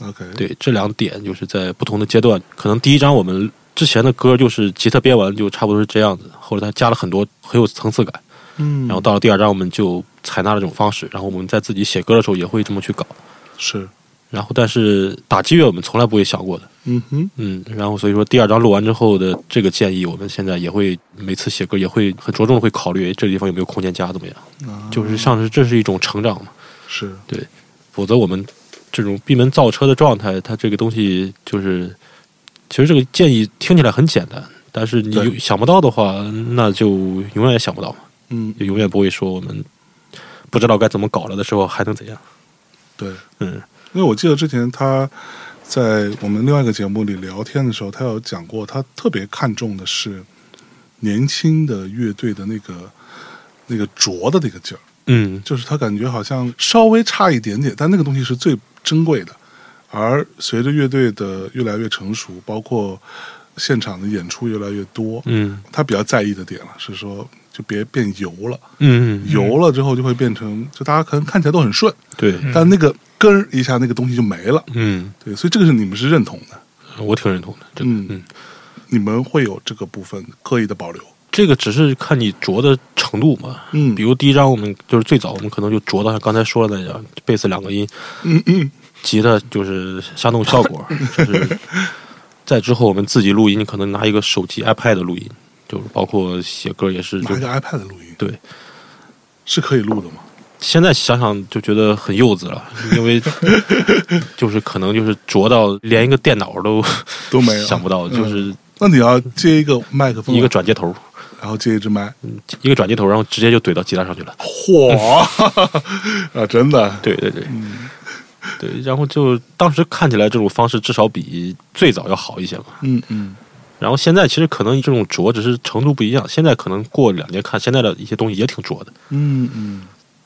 Speaker 1: ，OK，
Speaker 2: 对，这两点就是在不同的阶段，可能第一章我们之前的歌就是吉他编完就差不多是这样子，后来他加了很多很有层次感。
Speaker 1: 嗯，
Speaker 2: 然后到了第二章，我们就采纳了这种方式，然后我们在自己写歌的时候也会这么去搞。
Speaker 1: 是
Speaker 2: 然后，但是打击乐我们从来不会想过的，
Speaker 3: 嗯哼，
Speaker 2: 嗯，然后所以说第二章录完之后的这个建议，我们现在也会每次写歌也会很着重的会考虑哎这个地方有没有空间加怎么样，
Speaker 1: 啊
Speaker 2: 就是像是这是一种成长嘛，
Speaker 1: 是
Speaker 2: 否则我们这种闭门造车的状态，它这个东西就是，其实这个建议听起来很简单，但是你
Speaker 1: 对
Speaker 2: 有想不到的话，那就永远也想不到嘛，
Speaker 1: 嗯
Speaker 2: 就永远不会说我们不知道该怎么搞了的时候还能怎样，
Speaker 1: 对，
Speaker 2: 嗯
Speaker 1: 因为我记得之前他在我们另外一个节目里聊天的时候，他有讲过，他特别看重的是年轻的乐队的那个那个拙的那个劲儿，
Speaker 2: 嗯
Speaker 1: 就是他感觉好像稍微差一点点，但那个东西是最珍贵的。而随着乐队的越来越成熟，包括现场的演出越来越多，
Speaker 2: 嗯
Speaker 1: 他比较在意的点了是说，就别变油了，
Speaker 2: 嗯，嗯
Speaker 1: 油了之后就会变成，就大家可能看起来都很顺，
Speaker 2: 对，
Speaker 1: 但那个根儿一下那个东西就没了。
Speaker 2: 嗯，
Speaker 1: 对，所以这个是你们是认同的，
Speaker 2: 我挺认同的，真的，
Speaker 1: 嗯
Speaker 2: 嗯。
Speaker 1: 你们会有这个部分刻意的保留。
Speaker 2: 这个只是看你着的程度嘛，
Speaker 1: 嗯
Speaker 2: 比如第一章我们就是最早我们可能就着到像刚才说的那样，贝斯两个音，
Speaker 1: 嗯嗯，
Speaker 2: 吉他就是瞎弄效果，就是 *laughs* 在之后我们自己录音，可能拿一个手机 iPad 录音，就是包括写歌也是，
Speaker 1: 拿
Speaker 2: 就
Speaker 1: 一个 iPad 录音
Speaker 2: 对。
Speaker 1: 是可以录的吗？
Speaker 2: 现在想想就觉得很幼稚了，因为 *laughs* 就是可能就是着到连一个电脑都
Speaker 1: *laughs* 都没有，
Speaker 2: 想不到，
Speaker 1: 嗯
Speaker 2: 就是
Speaker 1: 那你要接一个麦克风，
Speaker 2: 一个，转接头，
Speaker 1: 然后接一支麦，
Speaker 2: 一个转接头，然后直接就怼到吉他上去了。
Speaker 1: 嚯 *laughs* 啊，真
Speaker 2: *laughs*
Speaker 1: 的，
Speaker 2: 对对对，
Speaker 1: 嗯
Speaker 2: 对，然后就当时看起来这种方式至少比最早要好一些嘛。
Speaker 1: 嗯嗯，
Speaker 2: 然后现在其实可能这种拙只是程度不一样，现在可能过两年看现在的一些东西也挺拙的，
Speaker 1: 嗯嗯，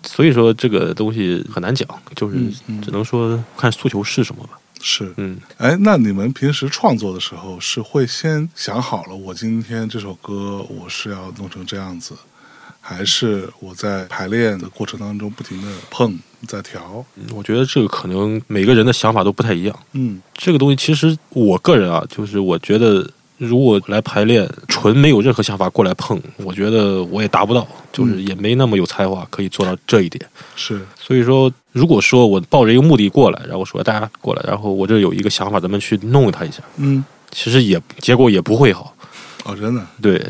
Speaker 2: 所以说这个东西很难讲，就是
Speaker 1: 嗯嗯
Speaker 2: 只能说看诉求是什么吧。
Speaker 1: 是。
Speaker 2: 嗯，
Speaker 1: 哎，那你们平时创作的时候是会先想好了，我今天这首歌我是要弄成这样子，还是我在排练的过程当中不停的碰在调？
Speaker 2: 嗯我觉得这个可能每个人的想法都不太一样。
Speaker 1: 嗯
Speaker 2: 这个东西其实我个人啊，就是我觉得。如果来排练，纯没有任何想法过来碰，我觉得我也达不到，就是
Speaker 1: 嗯
Speaker 2: 也没那么有才华可以做到这一点。
Speaker 1: 是，
Speaker 2: 所以说，如果说我抱着一个目的过来，然后说大家过来，然后我这有一个想法，咱们去弄他一下，
Speaker 1: 嗯，
Speaker 2: 其实也结果也不会好。
Speaker 1: 哦，真的，
Speaker 2: 对，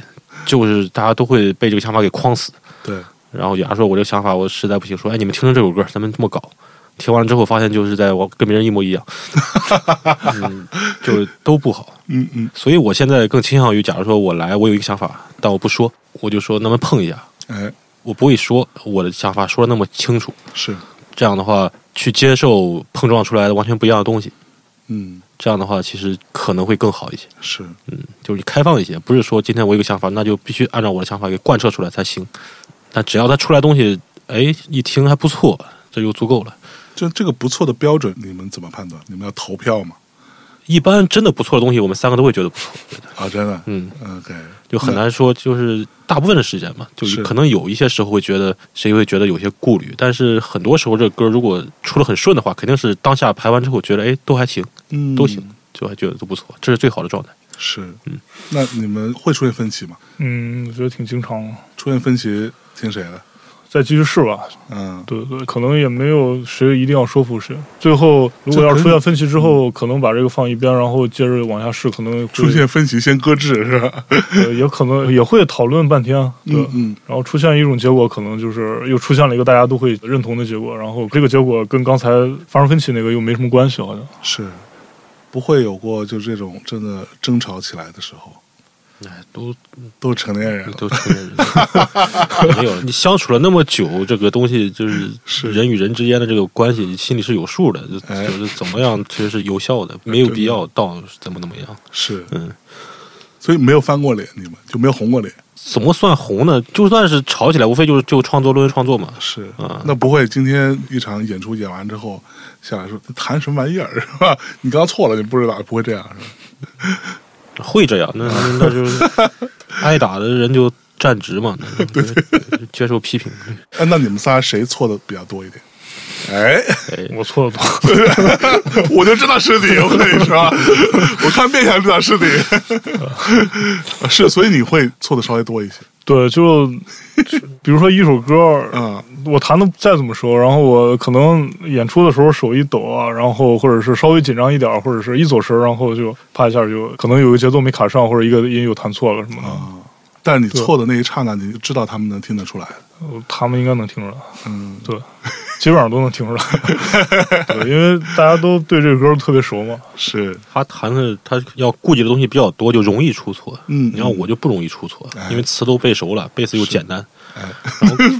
Speaker 2: 就是大家都会被这个想法给框死。
Speaker 1: 对，
Speaker 2: 然后牙说：“我这个想法，我实在不行。”说：“哎，你们听听这首歌，咱们这么搞。”听完之后发现就是在我跟别人一模一样，嗯，就是都不好。
Speaker 1: 嗯嗯，
Speaker 2: 所以我现在更倾向于，假如说我来，我有一个想法，但我不说，我就说那么碰一下，
Speaker 1: 哎，
Speaker 2: 我不会说我的想法说的那么清楚。
Speaker 1: 是，
Speaker 2: 这样的话去接受碰撞出来的完全不一样的东西，
Speaker 1: 嗯
Speaker 2: 这样的话其实可能会更好一些。
Speaker 1: 是，
Speaker 2: 嗯，就是你开放一些，不是说今天我有个想法，那就必须按照我的想法给贯彻出来才行。但只要它出来东西，哎，一听还不错，这就足够了。
Speaker 1: 就这个不错的标准，你们怎么判断？你们要投票吗？
Speaker 2: 一般真的不错的东西，我们三个都会觉得不错。
Speaker 1: 啊，真的
Speaker 2: 嗯，
Speaker 1: ，OK，
Speaker 2: 就很难说，就是大部分的时间嘛，就是可能有一些时候会觉得谁会觉得有些顾虑，但是很多时候这歌如果出的很顺的话，肯定是当下排完之后觉得哎都还行，
Speaker 1: 嗯，
Speaker 2: 都行，就还觉得都不错，这是最好的状态。
Speaker 1: 是
Speaker 2: 嗯，
Speaker 1: 那你们会出现分歧吗？
Speaker 3: 嗯，我觉得挺经常的。
Speaker 1: 出现分歧听谁的？
Speaker 3: 再继续试吧，
Speaker 1: 嗯，
Speaker 3: 对对，可能也没有谁一定要说服谁。最后，如果要是出现分歧之后，可能把这个放一边，然后接着往下试，可能会
Speaker 1: 嗯出现分歧先搁置是吧？
Speaker 3: 呃也可能 *laughs* 也会讨论半天，啊对。
Speaker 1: 嗯嗯，
Speaker 3: 然后出现一种结果，可能就是又出现了一个大家都会认同的结果，然后这个结果跟刚才发生分歧那个又没什么关系，好像。
Speaker 1: 是，不会有过就这种真的争吵起来的时候，
Speaker 2: 哎，都
Speaker 1: 都是成年人了。
Speaker 2: 都成年人了， *laughs* 没有你相处了那么久，这个东西就是
Speaker 1: 是
Speaker 2: 人与人之间的这个关系，心里是有数的，就
Speaker 1: 哎
Speaker 2: 就是怎么样其实是有效的，没有必要到怎么怎么样。
Speaker 1: 是，
Speaker 2: 嗯，
Speaker 1: 所以没有翻过脸，你们就没有红过脸。
Speaker 2: 怎么算红呢？就算是吵起来，无非就是就创作论创作嘛。
Speaker 1: 是，
Speaker 2: 啊
Speaker 1: 那不会今天一场演出演完之后下来说谈什么玩意儿是吧？ *laughs* 你刚错了，你不知道，不会这样是吧？
Speaker 2: 会这样，那那那就是 *laughs* 挨打的人就站直嘛，那 *laughs* 对接受批评。
Speaker 1: 哎，那你们仨谁错的比较多一点？哎，
Speaker 2: 哎，
Speaker 3: 我错了吧，
Speaker 1: *laughs* 我就知道是你，我跟你
Speaker 2: *laughs*
Speaker 1: 说，我看面相知道是你。*laughs*
Speaker 2: 啊
Speaker 1: 是，所以你会错的稍微多一些。 *laughs*
Speaker 2: 啊
Speaker 3: 对，就比如说一首歌，
Speaker 1: 嗯
Speaker 3: 我弹的再怎么熟，然后我可能演出的时候手一抖啊，然后或者是稍微紧张一点，或者是一走神，然后就啪一下就可能有一个节奏没卡上，或者一个音又弹错了什么的。
Speaker 1: 但你错的那一刹那，你就知道他们能听得出来。
Speaker 3: 呃他们应该能听出来，
Speaker 1: 嗯，
Speaker 3: 对，基本上都能听出来，对，因为大家都对这个歌特别熟嘛。
Speaker 1: 是，
Speaker 2: 他弹的他要顾忌的东西比较多，就容易出错。
Speaker 1: 嗯 *laughs*
Speaker 2: 你看我就不容易出错，因为词都背熟了，贝斯又简单，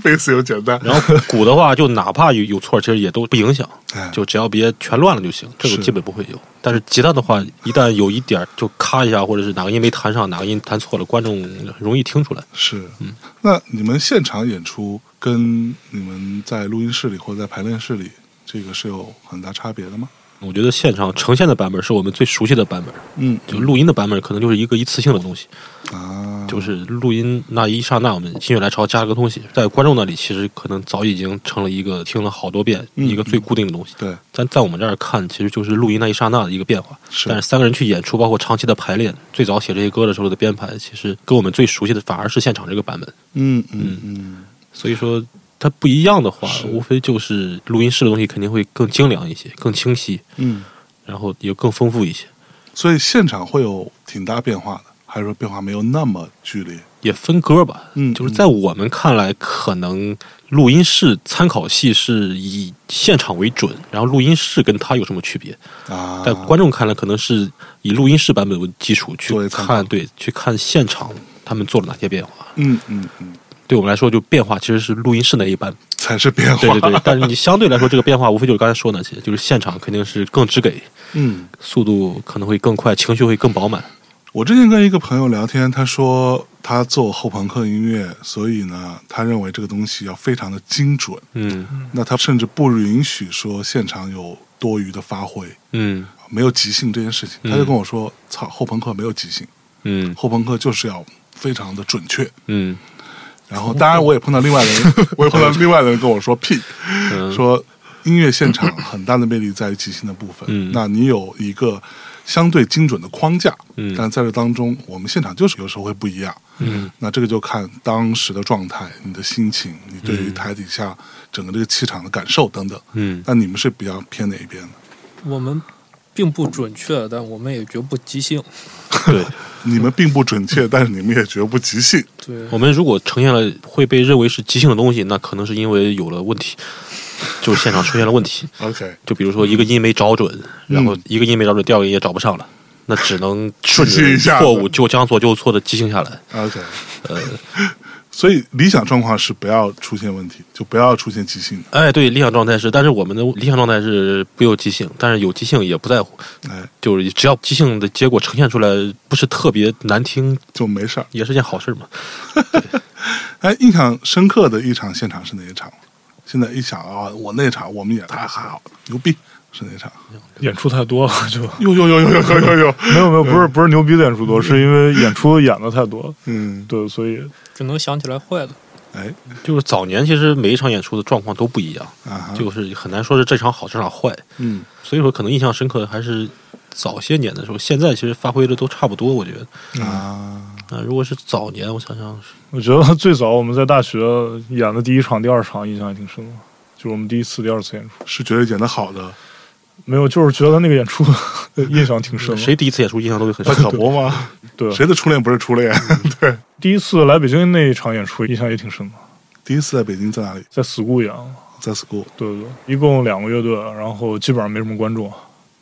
Speaker 1: 贝斯又
Speaker 2: *laughs*
Speaker 1: 简单，
Speaker 2: 然后鼓的话就哪怕有有错，其实也都不影响，
Speaker 1: 哎，
Speaker 2: 就只要别全乱了就行，这
Speaker 1: 是
Speaker 2: 个基本不会有。但是吉他的话，一旦有一点儿就咔一下，或者是哪个音没弹上，哪个音弹错了，观众容易听出来。
Speaker 1: 是，
Speaker 2: 嗯
Speaker 1: 那你们现场演出跟你们在录音室里或者在排练室里，这个是有很大差别的吗？
Speaker 2: 我觉得现场呈现的版本是我们最熟悉的版本，
Speaker 1: 嗯
Speaker 2: 就录音的版本可能就是一个一次性的东西，
Speaker 1: 啊，
Speaker 2: 就是录音那一刹那，我们心血来潮加了个东西，在观众那里其实可能早已经成了一个听了好多遍、
Speaker 1: 嗯
Speaker 2: 一个最固定的东西。
Speaker 1: 对，
Speaker 2: 但在我们这儿看，其实就是录音那一刹那的一个变化。
Speaker 1: 是
Speaker 2: 但是三个人去演出，包括长期的排练，最早写这些歌的时候的编排，其实跟我们最熟悉的反而是现场这个版本。
Speaker 1: 嗯嗯嗯，
Speaker 2: 所以说它不一样的话
Speaker 1: 是，
Speaker 2: 无非就是录音室的东西肯定会更精良一些、更清晰，
Speaker 1: 嗯，
Speaker 2: 然后也更丰富一些。
Speaker 1: 所以现场会有挺大变化的，还是说变化没有那么剧烈？
Speaker 2: 也分歌吧，
Speaker 1: 嗯
Speaker 2: 就是在我们看来，可能录音室参考系是以现场为准，然后录音室跟它有什么区别？
Speaker 1: 啊，
Speaker 2: 在观众看来，可能是以录音室版本为基础去
Speaker 1: 作为参考
Speaker 2: 看，对，去看现场他们做了哪些变化。
Speaker 1: 嗯嗯嗯，
Speaker 2: 对我们来说，就变化其实是录音室那一半，
Speaker 1: 才是变化，
Speaker 2: 对对对。 *laughs* 但是你相对来说，这个变化无非就是刚才说那些，就是现场肯定是更直给，
Speaker 1: 嗯。
Speaker 2: 速度可能会更快，情绪会更饱满。
Speaker 1: 我之前跟一个朋友聊天，他说他做后朋克音乐，所以呢，他认为这个东西要非常的精准。
Speaker 2: 嗯
Speaker 1: 那他甚至不允许说现场有多余的发挥，
Speaker 2: 嗯
Speaker 1: 没有即兴这件事情。
Speaker 2: 嗯
Speaker 1: 他就跟我说：“操，后朋克没有即兴，
Speaker 2: 嗯
Speaker 1: 后朋克就是要非常的准确。
Speaker 2: 嗯”
Speaker 1: 然后，当然我也碰到另外的人， *laughs* 我也碰到另外的人跟我说：“屁，
Speaker 2: 嗯，
Speaker 1: 说音乐现场很大的魅力在于即兴的部分。
Speaker 2: 嗯
Speaker 1: 那你有一个相对精准的框架，
Speaker 2: 嗯
Speaker 1: 但在这当中，我们现场就是有时候会不一样。
Speaker 2: 嗯，
Speaker 1: 那这个就看当时的状态、你的心情、你对于台底下整个这个气场的感受等等。
Speaker 2: 嗯
Speaker 1: 那你们是比较偏哪一边呢？
Speaker 4: 我们并不准确，但我们也绝不即兴。
Speaker 2: 对。
Speaker 1: 你们并不准确，但是你们也绝不即兴。
Speaker 4: 对，
Speaker 2: 我们如果呈现了会被认为是即兴的东西，那可能是因为有了问题，就是现场出现了问题。
Speaker 1: OK，
Speaker 2: 就比如说一个音没找准，
Speaker 1: 嗯
Speaker 2: 然后一个音没找准，第二个音也找不上了，那只
Speaker 1: *laughs*
Speaker 2: 能顺
Speaker 1: 即兴一下
Speaker 2: 着
Speaker 1: 子
Speaker 2: 错误就将错就错的即兴下来。
Speaker 1: OK，呃，所以理想状况是不要出现问题，就不要出现即兴的。
Speaker 2: 哎，对，理想状态是，但是我们的理想状态是不有即兴，但是有即兴也不在乎，
Speaker 1: 哎，
Speaker 2: 就是只要即兴的结果呈现出来不是特别难听，
Speaker 1: 就没事儿。
Speaker 2: 也是件好事嘛。
Speaker 1: 哎，印象深刻的一场现场是哪一场？现在一想啊，我那场我们也太好，牛逼，是哪场？
Speaker 3: 演出太多了，就
Speaker 1: 呦呦呦呦呦呦呦呦，
Speaker 3: *laughs* 没有没有，不是不是牛逼的演出多，是因为演出演的太多，
Speaker 1: 嗯，
Speaker 3: 对，所以
Speaker 4: 只能想起来坏的。
Speaker 1: 哎，
Speaker 2: 就是早年其实每一场演出的状况都不一样，
Speaker 1: 啊哈，
Speaker 2: 就是很难说是这场好这场坏。
Speaker 1: 嗯
Speaker 2: 所以说可能印象深刻的还是早些年的时候，现在其实发挥的都差不多，我觉得。
Speaker 1: 啊，
Speaker 2: 啊、如果是早年，我想想是，
Speaker 3: 我觉得最早我们在大学演的第一场、第二场印象还挺深的，就是我们第一次、第二次演出，
Speaker 1: 是觉得演的好的，
Speaker 3: 没有，就是觉得那个演出印象挺 *laughs* 深的。
Speaker 2: 谁第一次演出印象都会很
Speaker 1: 那
Speaker 2: 深。
Speaker 1: 可不嘛，
Speaker 3: 对，
Speaker 1: 谁的初恋不是初恋？ *laughs*
Speaker 3: 第一次来北京那一场演出印象也挺深的，
Speaker 1: 第一次在北京在哪里？
Speaker 3: 在 school 演，
Speaker 1: 在 school，
Speaker 3: 对对对，一共两个乐队，然后基本上没什么观众，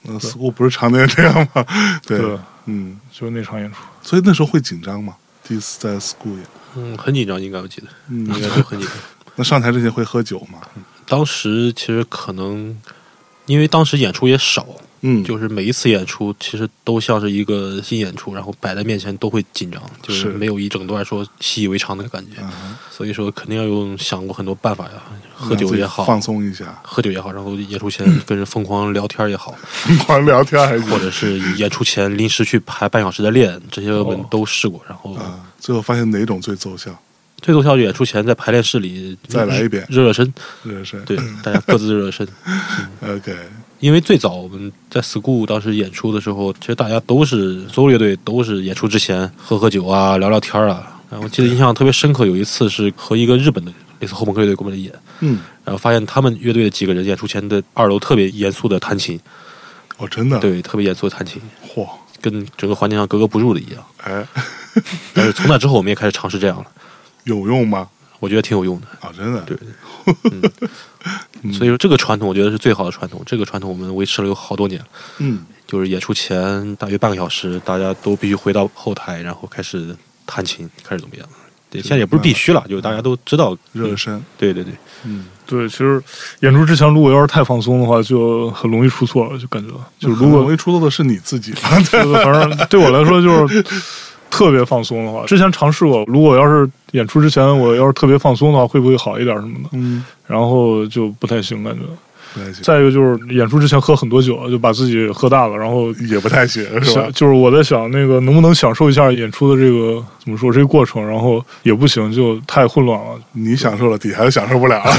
Speaker 1: 那 school 不是常年这样吗？对，
Speaker 3: 对，
Speaker 1: 嗯，
Speaker 3: 就是那场演出。
Speaker 1: 所以那时候会紧张吗？第一次在 school 演，
Speaker 2: 嗯，很紧张，应该我记得，应
Speaker 1: 嗯，
Speaker 2: 该都很紧张。
Speaker 1: 那上台之前会喝酒吗？
Speaker 2: 当时其实可能，因为当时演出也少，
Speaker 1: 嗯，
Speaker 2: 就是每一次演出其实都像是一个新演出，然后摆在面前都会紧张，就是
Speaker 1: 是
Speaker 2: 没有一整段说习以为常的感觉。
Speaker 1: 啊哈
Speaker 2: 所以说肯定要用想过很多办法呀，喝
Speaker 1: 让
Speaker 2: 酒
Speaker 1: 自己
Speaker 2: 也好，
Speaker 1: 放松一下，
Speaker 2: 喝酒也好，然后演出前跟人疯狂聊天也好，
Speaker 1: 疯狂聊天还
Speaker 2: 或
Speaker 1: 行
Speaker 2: 者是演出前临时去排半小时的练，这些
Speaker 1: 哦
Speaker 2: 我们都试过。然后
Speaker 1: 啊，最后发现哪种最奏效？
Speaker 2: 最奏效就演出前在排练室里
Speaker 1: 再来一遍
Speaker 2: 热
Speaker 1: *clears throat*
Speaker 2: 热身，
Speaker 1: 热身，
Speaker 2: 对，大家各自热热身。
Speaker 1: ，OK，
Speaker 2: 因为最早我们在 school 当时演出的时候，其实大家都是所有乐队都是演出之前喝喝酒啊，聊聊天啊。然后我记得印象特别深刻，有一次是和一个日本的类似后朋克乐队过来演，
Speaker 1: 嗯，
Speaker 2: 然后发现他们乐队的几个人演出前的二楼特别严肃的弹琴，
Speaker 1: 哦，真的，，
Speaker 2: 对，特别严肃的弹琴，
Speaker 1: 嚯，
Speaker 2: 跟整个环境上格格不入的一样。
Speaker 1: 哎，
Speaker 2: 但是从那之后，我们也开始尝试这样了，
Speaker 1: 有用吗？
Speaker 2: 我觉得挺有用的。
Speaker 1: 啊，真的，
Speaker 2: 对
Speaker 1: 嗯
Speaker 2: 所以说，这个传统我觉得是最好的传统，这个传统我们维持了有好多年了。
Speaker 1: 嗯，
Speaker 2: 就是演出前大约半个小时，大家都必须回到后台，然后开始弹琴，开始怎么样？对，现在也不是必须了，就是大家都知道
Speaker 1: 热身，
Speaker 2: 对对对，
Speaker 1: 嗯，
Speaker 3: 对，其实演出之前如果要是太放松的话，就很容易出错了，就感觉就是 *laughs* 如
Speaker 1: 很
Speaker 3: 果
Speaker 1: 容易出错的是你自己，
Speaker 3: 就是反正对我来说就是特别放松的话，之前尝试过，如果要是演出之前我要是特别放松的话，会不会好一点什么的？
Speaker 1: 嗯，
Speaker 3: 然后就不太行，感觉。
Speaker 1: 不太行，
Speaker 3: 再一个就是演出之前喝很多酒，就把自己喝大了，然后
Speaker 1: 也不太行，是吧
Speaker 2: 啊
Speaker 3: 想？就是我在想那个能不能享受一下演出的这个怎么说这个过程，然后也不行，就太混乱了。
Speaker 1: 你享受了，底下就享受不
Speaker 2: *laughs*
Speaker 1: 了了，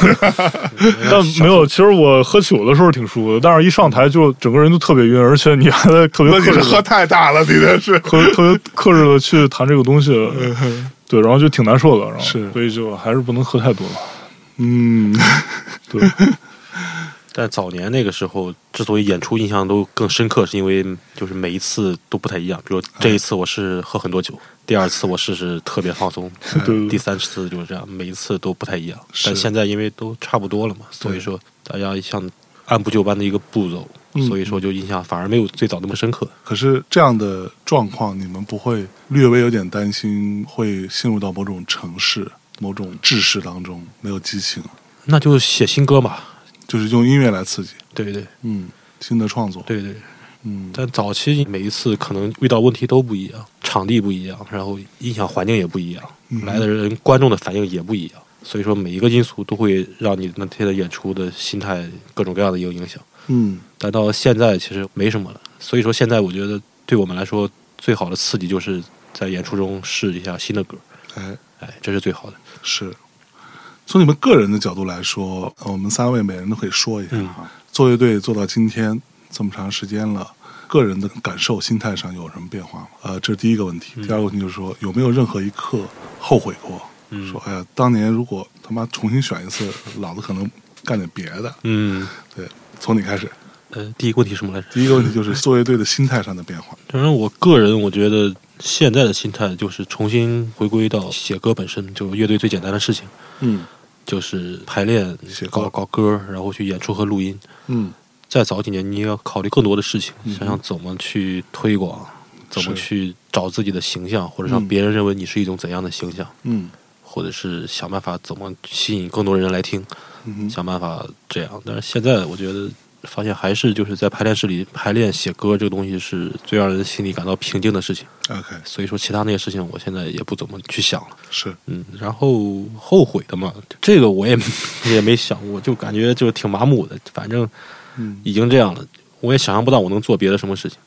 Speaker 3: 但没有，其实我喝酒的时候挺舒服的，但是一上台就整个人都特别晕，而且你还在特别
Speaker 1: 那你
Speaker 3: 克制
Speaker 1: 是
Speaker 3: 地
Speaker 1: 喝太大了，你这是，
Speaker 3: 特别特别克制的去谈这个东西，对，然后就挺难受的，然
Speaker 1: 嗯
Speaker 3: 后
Speaker 1: 是
Speaker 3: 所以就还是不能喝太多了。
Speaker 1: 嗯，
Speaker 3: 对，
Speaker 2: 但早年那个时候，之所以演出印象都更深刻，是因为就是每一次都不太一样。比如这一次我是喝很多酒， *laughs* 第二次我试试特别放松，
Speaker 3: 对
Speaker 2: 第三次就是这样，每一次都不太一样。
Speaker 1: 是
Speaker 2: 但现在因为都差不多了嘛，所以说大家像按部就班的一个步骤，
Speaker 1: 嗯
Speaker 2: 所以说就印象反而没有最早那么深刻。
Speaker 1: 可是这样的状况，你们不会略微有点担心会陷入到某种城市、某种制式当中，没有激情，
Speaker 2: 那就写新歌嘛，
Speaker 1: 就是用音乐来刺激，
Speaker 2: 对对
Speaker 1: 嗯，新的创作，
Speaker 2: 对对。
Speaker 1: 嗯，
Speaker 2: 但早期每一次可能遇到问题都不一样，场地不一样，然后音响环境也不一样，
Speaker 1: 嗯
Speaker 2: 来的人观众的反应也不一样，所以说每一个因素都会让你那天的演出的心态各种各样的一个影响。
Speaker 1: 嗯，
Speaker 2: 但到现在其实没什么了，所以说现在我觉得对我们来说最好的刺激就是在演出中试一下新的歌，
Speaker 1: 哎，
Speaker 2: 哎，这是最好的。
Speaker 1: 是。从你们个人的角度来说，呃我们三位每人都可以说一下哈、做乐队做到今天这么长时间了，个人的感受、心态上有什么变化吗？呃，这是第一个问题。第二个问题就是说，有没有任何一刻后悔过？
Speaker 2: 嗯
Speaker 1: 说哎呀，当年如果他妈重新选一次，老子可能干点别的。
Speaker 2: 嗯，
Speaker 1: 对，从你开始。
Speaker 2: 呃，第一个问题是什么来着？
Speaker 1: 第一个问题就是做乐队的心态上的变化。
Speaker 2: 当然，我个人我觉得现在的心态就是重新回归到写歌本身，就是乐队最简单的事情。
Speaker 1: 嗯
Speaker 2: 就是排练
Speaker 1: 写、歌
Speaker 2: 搞搞歌，然后去演出和录音。
Speaker 1: 嗯，
Speaker 2: 再早几年，你也要考虑更多的事情，
Speaker 1: 嗯哼
Speaker 2: 想想怎么去推广，怎么
Speaker 1: 是
Speaker 2: 去找自己的形象，或者让
Speaker 1: 嗯
Speaker 2: 别人认为你是一种怎样的形象，
Speaker 1: 嗯
Speaker 2: 或者是想办法怎么吸引更多人来听，
Speaker 1: 嗯哼
Speaker 2: 想办法这样。但是现在我觉得，发现还是就是在排练室里排练写歌这个东西是最让人心里感到平静的事情。
Speaker 1: ，OK，
Speaker 2: 所以说，其他那些事情我现在也不怎么去想了。
Speaker 1: 是
Speaker 2: 嗯，然后后悔的嘛，这个我也 *laughs* 也没想过，就感觉就挺麻木的。反正
Speaker 1: 嗯
Speaker 2: 已经这样了，我也想象不到我能做别的什么事情。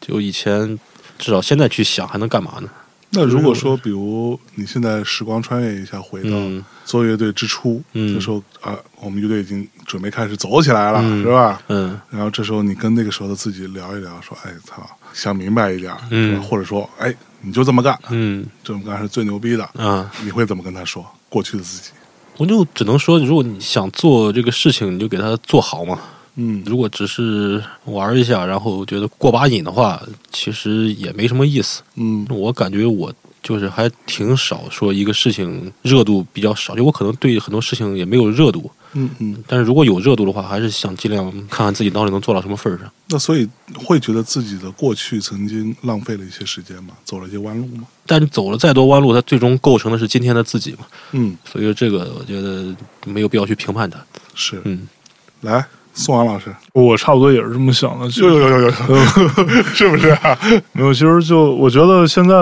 Speaker 2: 就以前，至少现在去想还能干嘛呢？
Speaker 1: 那如果说，比如你现在时光穿越一下，回到
Speaker 2: 嗯
Speaker 1: 做乐队之初，
Speaker 2: 嗯
Speaker 1: 这时候啊，我们乐队已经准备开始走起来了，
Speaker 2: 嗯
Speaker 1: 是吧？
Speaker 2: 嗯，
Speaker 1: 然后这时候你跟那个时候的自己聊一聊，说：“哎，操，想明白一点儿，
Speaker 2: 嗯
Speaker 1: 是吧或者说，哎，你就这么干，
Speaker 2: 嗯
Speaker 1: 这么干是最牛逼的。
Speaker 2: 啊，
Speaker 1: 你会怎么跟他说？过去的自己，
Speaker 2: 我就只能说，如果你想做这个事情，你就给它做好嘛。
Speaker 1: 嗯，
Speaker 2: 如果只是玩一下，然后觉得过把瘾的话，其实也没什么意思。
Speaker 1: 嗯
Speaker 2: 我感觉我就是还挺少说一个事情热度比较少，就我可能对很多事情也没有热度。
Speaker 1: 嗯嗯，
Speaker 2: 但是如果有热度的话，还是想尽量看看自己到底能做到什么份儿上。
Speaker 1: 那所以会觉得自己的过去曾经浪费了一些时间吗？走了一些弯路吗？
Speaker 2: 但是走了再多弯路，它最终构成的是今天的自己嘛。
Speaker 1: 嗯，
Speaker 2: 所以说这个我觉得没有必要去评判它。
Speaker 1: 是。
Speaker 2: 嗯，
Speaker 1: 来，宋阳老师，
Speaker 3: 我差不多也是这么想的，就
Speaker 1: 有有有有有， *laughs* 是不是啊？
Speaker 3: 没有。其实就我觉得现在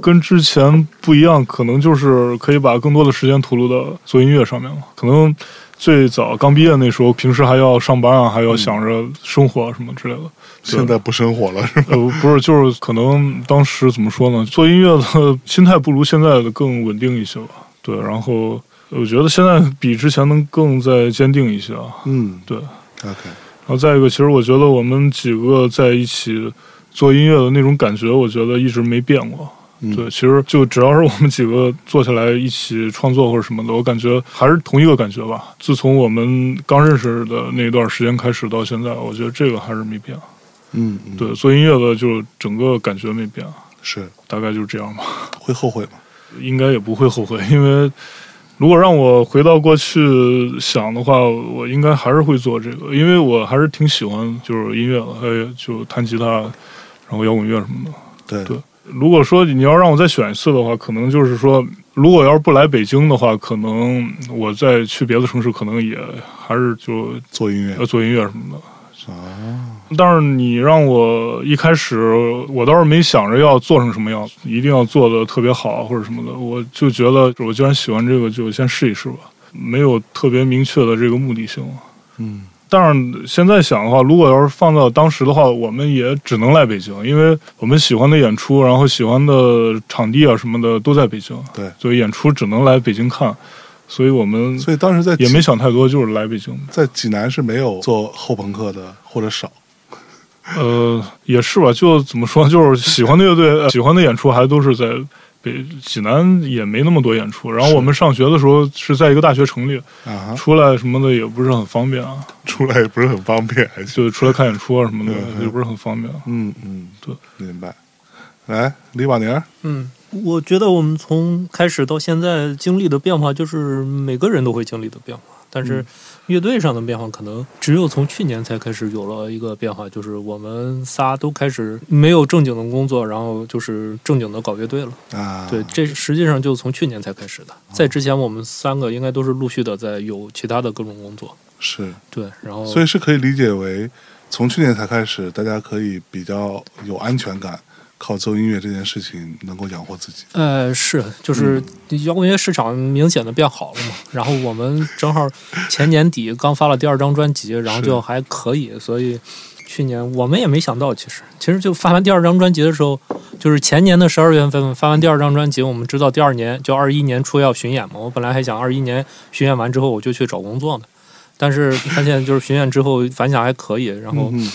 Speaker 3: 跟之前不一样，可能就是可以把更多的时间投入到做音乐上面了。可能最早刚毕业那时候，平时还要上班啊，还要想着生活啊什么之类的。
Speaker 1: 现在不生活了是吧？
Speaker 3: 呃，不是，就是可能当时怎么说呢，做音乐的心态不如现在的更稳定一些吧。对，然后我觉得现在比之前能更再坚定一些啊。
Speaker 1: 嗯
Speaker 3: 对，
Speaker 1: ，OK，
Speaker 3: 然后再一个，其实我觉得我们几个在一起做音乐的那种感觉，我觉得一直没变过。
Speaker 1: 嗯
Speaker 3: 对，其实就只要是我们几个坐下来一起创作或者什么的，我感觉还是同一个感觉吧。自从我们刚认识的那一段时间开始到现在，我觉得这个还是没变。
Speaker 1: 嗯，嗯，
Speaker 3: 对，做音乐的就整个感觉没变，
Speaker 1: 是
Speaker 3: 大概就是这样吧。
Speaker 1: 会后悔吗？
Speaker 3: 应该也不会后悔， *laughs* 因为如果让我回到过去想的话，我应该还是会做这个，因为我还是挺喜欢就是音乐的，还有就弹吉他，然后摇滚乐什么的。
Speaker 1: 对
Speaker 3: 对如果说你要让我再选一次的话，可能就是说，如果要是不来北京的话，可能我再去别的城市，可能也还是就
Speaker 1: 做音
Speaker 3: 要
Speaker 1: 乐
Speaker 3: 做音乐什么的。
Speaker 1: 啊，
Speaker 3: 但是你让我一开始，我倒是没想着要做成什么样，一定要做的特别好或者什么的。我就觉得，我既然喜欢这个，就先试一试吧，没有特别明确的这个目的性。
Speaker 1: 嗯，
Speaker 3: 但是现在想的话，如果要是放到当时的话，我们也只能来北京，因为我们喜欢的演出，然后喜欢的场地啊什么的都在北京，
Speaker 1: 对，
Speaker 3: 所以演出只能来北京看，所以我们
Speaker 1: 所以当时在
Speaker 3: 也
Speaker 1: 济
Speaker 3: 没想太多，就是来北京。
Speaker 1: 在济南是没有做后朋克的，或者少。
Speaker 3: 呃，也是吧，就怎么说，就是喜欢的乐队、 *laughs* 呃喜欢的演出还都是在北济南，也没那么多演出。然后
Speaker 1: 是
Speaker 3: 我们上学的时候是在一个大学城里，
Speaker 1: 啊，
Speaker 3: 出来什么的也不是很方便啊，
Speaker 1: 出来也不是很方便，还是
Speaker 3: 就出来看演出啊什么的
Speaker 1: 嗯嗯
Speaker 3: 也不是很方便。啊
Speaker 1: 嗯嗯，
Speaker 3: 对，
Speaker 1: 明白。来，李宝宁，
Speaker 4: 嗯，我觉得我们从开始到现在经历的变化，就是每个人都会经历的变化，但是乐队上的变化可能只有从去年才开始有了一个变化，就是我们仨都开始没有正经的工作，然后就是正经的搞乐队了。
Speaker 1: 啊，
Speaker 4: 对，这实际上就从去年才开始的，在之前我们三个应该都是陆续的在有其他的各种工作。
Speaker 1: 是，
Speaker 4: 对，然后
Speaker 1: 所以是可以理解为，从去年才开始，大家可以比较有安全感，靠做音乐这件事情能够养活自己。
Speaker 4: 呃，是，就是摇滚乐市场明显的变好了嘛。然后我们正好前年底刚发了第二张专辑，然后
Speaker 1: 是
Speaker 4: 就还可以，所以去年我们也没想到，其实其实就发完第二张专辑的时候，就是前年的十二月份发完第二张专辑，我们知道第二年就二一年初要巡演嘛。我本来还想二一年巡演完之后我就去找工作呢，但是发现就是巡演之后反响还可以，然后
Speaker 1: 嗯，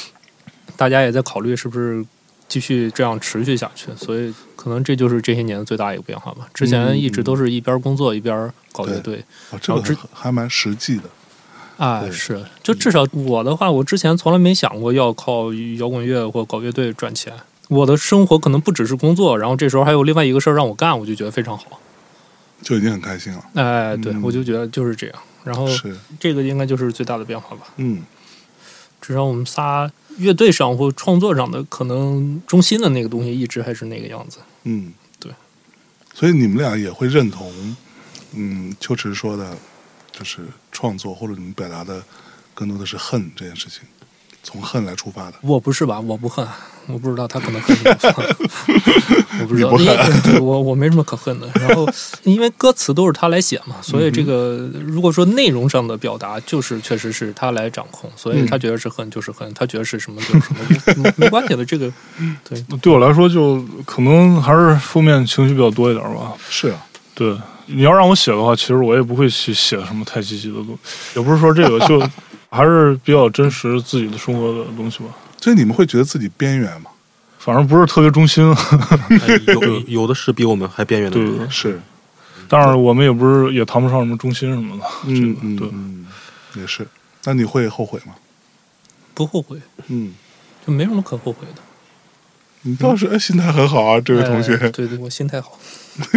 Speaker 4: 大家也在考虑是不是继续这样持续下去，所以可能这就是这些年最大一个变化吧。之前一直都是一边工作一边搞乐队，
Speaker 1: 哦，这个
Speaker 4: 然后之
Speaker 1: 很还蛮实际的。
Speaker 4: 啊
Speaker 1: 对，
Speaker 4: 是，就至少我的话，我之前从来没想过要靠摇滚乐或搞乐队赚钱。我的生活可能不只是工作，然后这时候还有另外一个事儿让我干，我就觉得非常好。
Speaker 1: 就已经很开心了，
Speaker 4: 哎，对，
Speaker 1: 嗯
Speaker 4: 我就觉得就是这样。然后
Speaker 1: 是，
Speaker 4: 这个应该就是最大的变化吧。
Speaker 1: 嗯，
Speaker 4: 至少我们仨乐队上或创作上的可能中心的那个东西一直还是那个样子。
Speaker 1: 嗯，
Speaker 4: 对。
Speaker 1: 所以你们俩也会认同，嗯，秋池说的，就是创作或者你们表达的更多的是恨这件事情，从恨来出发的。
Speaker 4: 我不是吧？我不恨，我不知道他可能恨
Speaker 1: *laughs*
Speaker 4: 我，我不知
Speaker 1: 你
Speaker 4: 道，
Speaker 1: 不恨
Speaker 4: 因为对我我没什么可恨的。然后，因为歌词都是他来写
Speaker 1: *laughs*
Speaker 4: 嘛，所
Speaker 1: 嗯
Speaker 4: 以这个如果说内容上的表达，就是确实是他来掌控，所
Speaker 1: 嗯
Speaker 4: 以他觉得是恨就是恨，他觉得是什么就是什么， *laughs* 没没关系的。这个
Speaker 3: 对我来说，就可能还是负面情绪比较多一点吧。
Speaker 1: 是啊，
Speaker 3: 对，你要让我写的话，其实我也不会去写什么太积极的东西，也不是说这个，就还是比较真实自己的生活的东西吧。
Speaker 1: 所以你们会觉得自己边缘吗？
Speaker 3: 反正不是特别中心，啊
Speaker 2: 哎有有的是比我们还边缘的
Speaker 3: 对
Speaker 2: 人，
Speaker 1: 是，
Speaker 3: 但是我们也不是也谈不上什么中心什么的。
Speaker 1: 嗯
Speaker 3: 这
Speaker 1: 嗯
Speaker 3: 个对，
Speaker 1: 嗯，也是。那你会后悔吗？
Speaker 4: 不后悔，
Speaker 1: 嗯，
Speaker 4: 就没什么可后悔的。
Speaker 1: 你倒是哎心态很好啊，这位同学。
Speaker 4: 哎对对，我心态好， *laughs*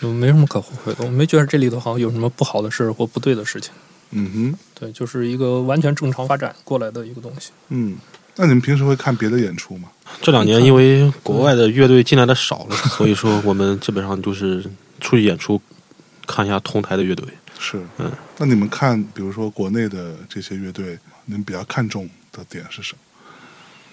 Speaker 4: 就没什么可后悔的。我没觉得这里头好像有什么不好的事儿或不对的事情。
Speaker 1: 嗯哼，
Speaker 4: 对，就是一个完全正常发展过来的一个东西。
Speaker 1: 嗯，那你们平时会看别的演出吗？
Speaker 2: 这两
Speaker 1: 嗯
Speaker 2: 年因为国外的乐队进来的少了， *laughs* 所以说我们基本上就是出去演出，看一下同台的乐队。
Speaker 1: 是，
Speaker 2: 嗯，
Speaker 1: 那你们看，比如说国内的这些乐队，你们比较看重的点是什么？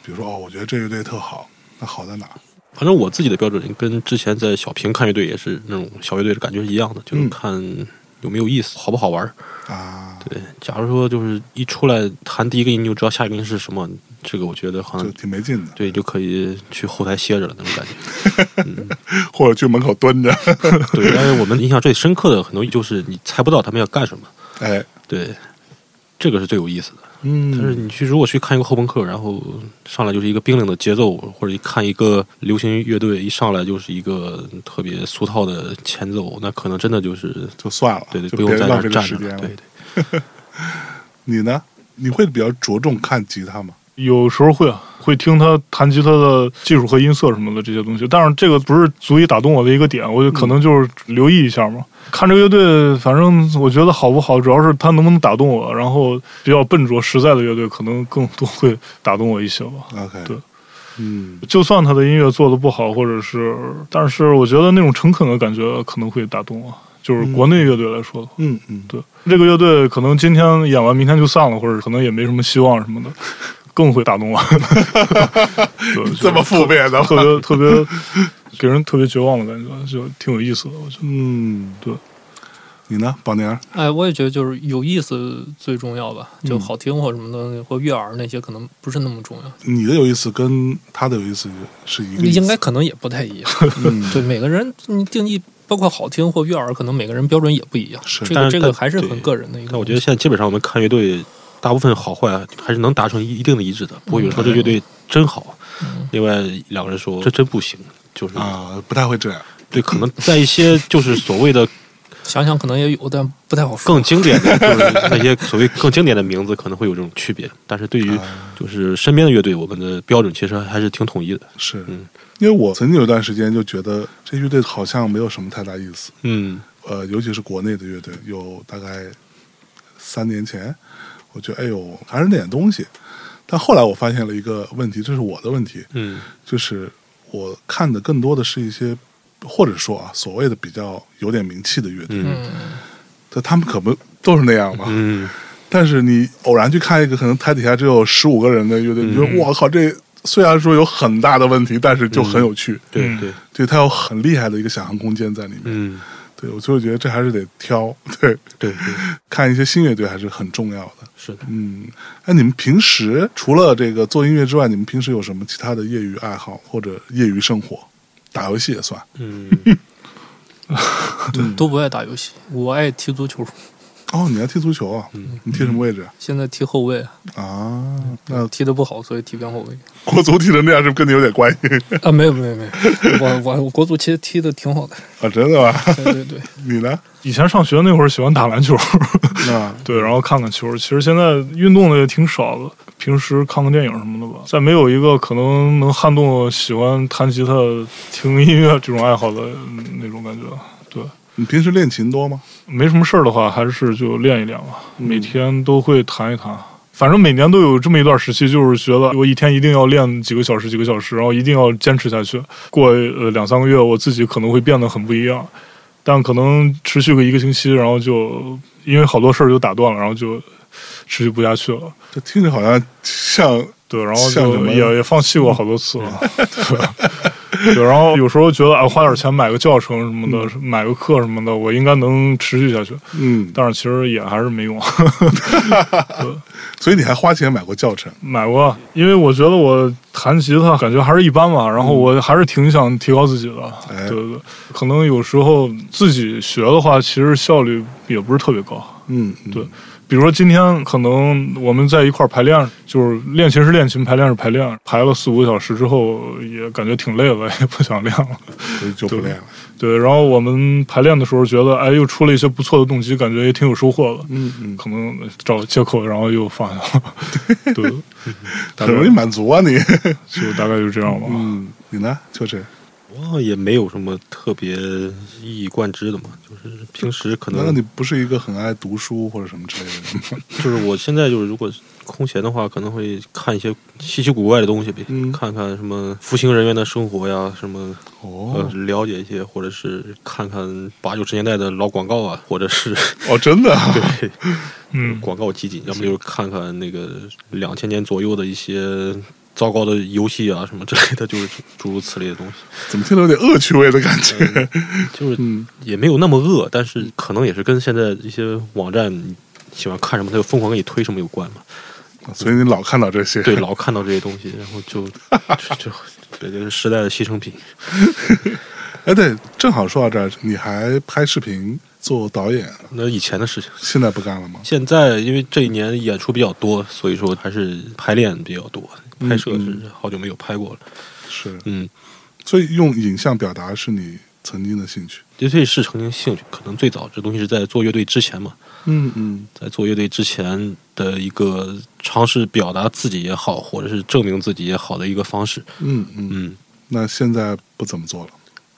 Speaker 1: 比如说，哦，我觉得这乐队特好，那好在哪儿？
Speaker 2: 反正我自己的标准跟之前在小平看乐队也是那种小乐队的感觉是一样的，就是
Speaker 1: 嗯
Speaker 2: 看有没有意思，好不好玩儿。
Speaker 1: 啊，
Speaker 2: 对，假如说就是一出来弹第一个音你就知道下一个音是什么，这个我觉得好
Speaker 1: 就
Speaker 2: 像
Speaker 1: 挺没劲的，
Speaker 2: 嗯对就可以去后台歇着了那种感觉。
Speaker 1: 或者去门口蹲着，
Speaker 2: 对，但是我们印象最深刻的很多就是你猜不到他们要干什么，
Speaker 1: 哎，
Speaker 2: 对，这个是最有意思的。
Speaker 3: 嗯，
Speaker 2: 但是你去如果去看一个后朋克，然后上来就是一个冰冷的节奏，或者一看一个流行乐队一上来就是一个特别俗套的前奏，那可能真的就是
Speaker 1: 就算了，
Speaker 2: 对对，
Speaker 1: 就
Speaker 2: 不用
Speaker 1: 别
Speaker 2: 在那
Speaker 1: 浪
Speaker 2: 儿
Speaker 1: 费这
Speaker 2: 站
Speaker 1: 时
Speaker 2: 着
Speaker 1: 间
Speaker 2: 了，对对。
Speaker 1: 你呢？你会比较着重看吉他吗？
Speaker 3: 有时候会啊，会听他弹吉他的技术和音色什么的这些东西，但是这个不是足以打动我的一个点，我就可能就是留意一下嘛。看这个乐队，反正我觉得好不好，主要是他能不能打动我。然后比较笨拙实在的乐队，可能更多会打动我一些吧。
Speaker 1: OK，
Speaker 3: 对，
Speaker 1: 嗯，
Speaker 3: 就算他的音乐做的不好，或者是，但是我觉得那种诚恳的感觉可能会打动我。就是国内乐队来说的话，
Speaker 1: 嗯嗯，
Speaker 3: 对这个乐队可能今天演完，明天就散了，或者可能也没什么希望什么的，更会打动我。 *laughs* 对
Speaker 1: 这么负面的
Speaker 3: 就，特别特别给人特别绝望的感觉，就挺有意思的，我觉得。
Speaker 1: 嗯，
Speaker 3: 对。
Speaker 1: 你呢，宝宁儿？
Speaker 4: 哎，我也觉得就是有意思最重要吧，
Speaker 2: 嗯
Speaker 4: 就好听或什么的，或悦耳那些可能不是那么重要，
Speaker 1: 你的有意思跟他的有意思是一个意思，
Speaker 4: 应该可能也不太
Speaker 2: *laughs*
Speaker 4: 一样。
Speaker 1: 嗯
Speaker 4: 对每个人你定义，包括好听或悦耳，可能每个人标准也不一样。
Speaker 1: 是
Speaker 4: 这
Speaker 2: 但
Speaker 4: 个
Speaker 2: 是
Speaker 4: 这
Speaker 2: 但
Speaker 4: 个还是很
Speaker 2: 对
Speaker 4: 个人的一个东西。
Speaker 2: 但我觉得现在基本上我们看乐队，大部分好坏啊还是能达成一一定的一致的，不会有人说这乐队真好，另外两个人说嗯这真不行，就是
Speaker 1: 啊，不太会这样。
Speaker 2: 对，可能在一些就是所谓的
Speaker 4: 想想可能也有，但不太好说。
Speaker 2: 更经典的，就是那些所谓更经典的名字可能会有这种区别，但是对于就是身边的乐队，我们的标准其实还是挺统一的。
Speaker 1: 是
Speaker 2: 嗯
Speaker 1: 因为我曾经有一段时间就觉得这乐队好像没有什么太大意思，
Speaker 2: 嗯，
Speaker 1: 呃，尤其是国内的乐队，有大概三年前，我觉得哎呦还是那点东西。但后来我发现了一个问题，这是我的问题，
Speaker 2: 嗯，
Speaker 1: 就是我看的更多的是一些，或者说啊，所谓的比较有点名气的乐队，
Speaker 2: 嗯
Speaker 4: 嗯，
Speaker 1: 但他们可不都是那样吗？
Speaker 2: 嗯，
Speaker 1: 但是你偶然去看一个可能台底下只有十五个人的乐队，你觉得我靠，这虽然说有很大的问题，但是就很有趣，
Speaker 2: 对
Speaker 3: 嗯
Speaker 2: 对，
Speaker 1: 对，它有很厉害的一个想象空间在里面。
Speaker 2: 嗯
Speaker 1: 对我就是觉得这还是得挑，对，
Speaker 2: 对对，
Speaker 1: 看一些新乐队还是很重要的。
Speaker 2: 是的。
Speaker 1: 嗯，哎，你们平时除了这个做音乐之外，你们平时有什么其他的业余爱好或者业余生活？打游戏也算
Speaker 2: 嗯，
Speaker 4: 都不爱打游戏，我爱踢足球，
Speaker 1: 哦，你还踢足球啊？你踢什么位置
Speaker 4: 现在踢后卫，
Speaker 1: 啊？那
Speaker 4: 踢得不好，所以踢边后
Speaker 2: *laughs*
Speaker 4: 卫。
Speaker 1: 国足踢成这样，是不是跟你有点关系
Speaker 4: 啊，没有没有没有，我我我国足其实踢的挺好的，
Speaker 1: 啊？真的吗？ *laughs*
Speaker 4: 对对对，
Speaker 1: 你呢？
Speaker 3: 以前上学那会儿喜欢打篮球， *laughs*
Speaker 1: 那
Speaker 3: 对，然后看看球。其实现在运动的也挺少的，平时看看电影什么的吧。再没有一个可能能撼动我喜欢弹吉他、听音乐这种爱好的嗯那种感觉。对，
Speaker 1: 你平时练琴多吗？
Speaker 3: 没什么事儿的话，还是就练一练吧，每天都会弹一弹。反正每年都有这么一段时期，就是觉得我一天一定要练几个小时、几个小时，然后一定要坚持下去。过呃两三个月，我自己可能会变得很不一样，但可能持续个一个星期，然后就因为好多事儿就打断了，然后就持续不下去了。
Speaker 1: 这听着好像像
Speaker 3: 对，然后
Speaker 1: 像什
Speaker 3: 就
Speaker 1: 么呀
Speaker 3: 也也放弃过好多次了。对，对，然后有时候觉得啊，花点钱买个教程什么的，买个课什么的，我应该能持续下去。
Speaker 1: 嗯，
Speaker 3: 但是其实也还是没用， *laughs*
Speaker 1: 所以你还花钱买过教程？啊
Speaker 3: 买过，因为我觉得我弹吉他感觉还是一般嘛，然后我还是挺想提高自己的，
Speaker 1: 哎
Speaker 3: 对对对，可能有时候自己学的话，其实效率也不是特别高。
Speaker 1: 嗯，嗯
Speaker 3: 对比如说今天可能我们在一块儿排练，就是练琴是练琴，排练是排练，排了四五个小时之后也感觉挺累了，也不想练了。
Speaker 1: 所以就不
Speaker 3: 对
Speaker 1: 练了。
Speaker 3: 对，然后我们排练的时候觉得，哎，又出了一些不错的动机，感觉也挺有收获的。
Speaker 1: 嗯嗯，
Speaker 3: 可能找借口，然后又放
Speaker 1: *laughs*
Speaker 3: 下了。对，
Speaker 1: 很
Speaker 3: 大概
Speaker 1: 容易满足啊你。
Speaker 3: 就大概就这样吧。
Speaker 1: 嗯，你呢？就是
Speaker 2: 我也没有什么特别一以贯之的嘛，就是平时可
Speaker 1: 难道
Speaker 2: 能
Speaker 1: 你不是一个很爱读书或者什么之类的人
Speaker 2: *laughs*
Speaker 1: 吗？
Speaker 2: 就是我现在就是如果空闲的话，可能会看一些稀奇古怪的东西呗，
Speaker 1: 嗯
Speaker 2: 看看什么服刑人员的生活呀，什么呃
Speaker 1: 哦
Speaker 2: 了解一些，或者是看看八九十年代的老广告啊，或者是
Speaker 1: 哦，真的啊
Speaker 2: 对
Speaker 3: 嗯，
Speaker 2: 广告集锦，要么就是看看那个两千年左右的一些糟糕的游戏啊什么之类的，就是诸如此类的东西，
Speaker 1: 怎么听着有点恶趣味的感觉？
Speaker 2: 就是
Speaker 1: 嗯，
Speaker 2: 也没有那么恶，但是可能也是跟现在一些网站你喜欢看什么，它就疯狂给你推什么有关嘛。
Speaker 1: 所以你 *laughs* 老看到这些。
Speaker 2: 对，老看到这些东西，然后就就就感觉是时代的牺牲品。
Speaker 1: 哎，对，正好说到这儿，你还拍视频做导演，
Speaker 2: 那以前的事情，
Speaker 1: 现在不干了吗？
Speaker 2: 现在因为这一年演出比较多，所以说还是排练比较多，拍摄是好久没有拍过了。
Speaker 1: 是，
Speaker 2: 嗯，
Speaker 1: 所以用影像表达是你曾经的兴趣。
Speaker 2: 的确是曾经兴趣，可能最早这东西是在做乐队之前嘛，
Speaker 1: 嗯嗯，
Speaker 2: 在做乐队之前的一个尝试表达自己也好，或者是证明自己也好的一个方式。
Speaker 1: 嗯嗯，
Speaker 2: 嗯，
Speaker 1: 那现在不怎么做了。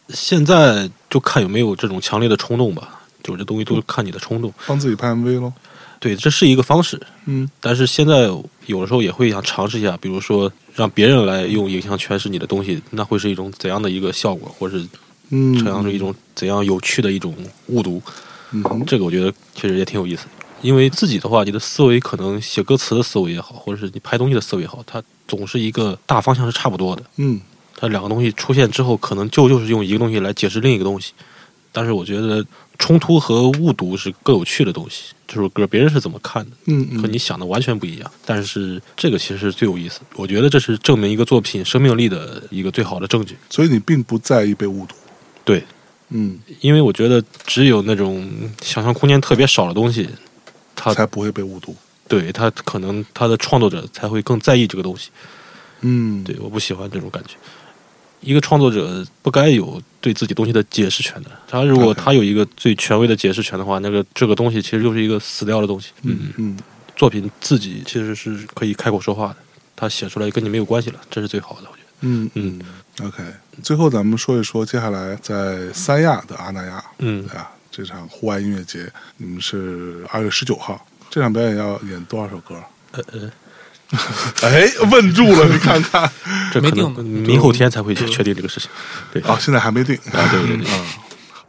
Speaker 2: 现在就看有没有这种强烈的冲动吧，就这东西都是看你的冲动。
Speaker 1: 帮自己拍 MV 喽。
Speaker 2: 对，这是一个方式，
Speaker 1: 嗯
Speaker 2: 但是现在有的时候也会想尝试一下，比如说让别人来用影像诠释你的东西，那会是一种怎样的一个效果，或者是
Speaker 1: 嗯，
Speaker 2: 怎样是一种怎样有趣的一种误读。
Speaker 1: 嗯哼
Speaker 2: 这个我觉得其实也挺有意思的，因为自己的话，你的思维可能写歌词的思维也好，或者是你拍东西的思维也好，它总是一个大方向是差不多的。
Speaker 1: 嗯
Speaker 2: 它两个东西出现之后，可能就就是用一个东西来解释另一个东西。但是我觉得冲突和误读是更有趣的东西。这首歌别人是怎么看的，
Speaker 1: 嗯嗯，
Speaker 2: 和你想的完全不一样。但是这个其实是最有意思，我觉得这是证明一个作品生命力的一个最好的证据。
Speaker 1: 所以你并不在意被误读。
Speaker 2: 对，
Speaker 1: 嗯，
Speaker 2: 因为我觉得只有那种想象空间特别少的东西，它
Speaker 1: 才不会被误读。
Speaker 2: 对他可能他的创作者才会更在意这个东西。
Speaker 1: 嗯，
Speaker 2: 对，，我不喜欢这种感觉。一个创作者不该有对自己东西的解释权的。他如果
Speaker 1: OK
Speaker 2: 他有一个最权威的解释权的话，那个这个东西其实就是一个死掉的东西。
Speaker 1: 嗯，嗯，
Speaker 2: 作品自己其实是可以开口说话的，他写出来跟你没有关系了，这是最好的，我觉得。
Speaker 1: 嗯
Speaker 2: 嗯
Speaker 1: ，OK。最后咱们说一说接下来在三亚的阿那亚，
Speaker 2: 嗯
Speaker 1: 对，啊，这场户外音乐节，你们是二月十九号，这场表演要演多少首歌？
Speaker 2: 呃呃，
Speaker 1: *laughs* 哎，问住了，你看看
Speaker 2: *laughs* 这
Speaker 4: 没
Speaker 2: 可能
Speaker 4: 定呢
Speaker 2: 明后天才会
Speaker 1: 嗯
Speaker 2: 确定这个事情。对
Speaker 1: 哦，现在还没定。嗯
Speaker 2: 啊，对对对，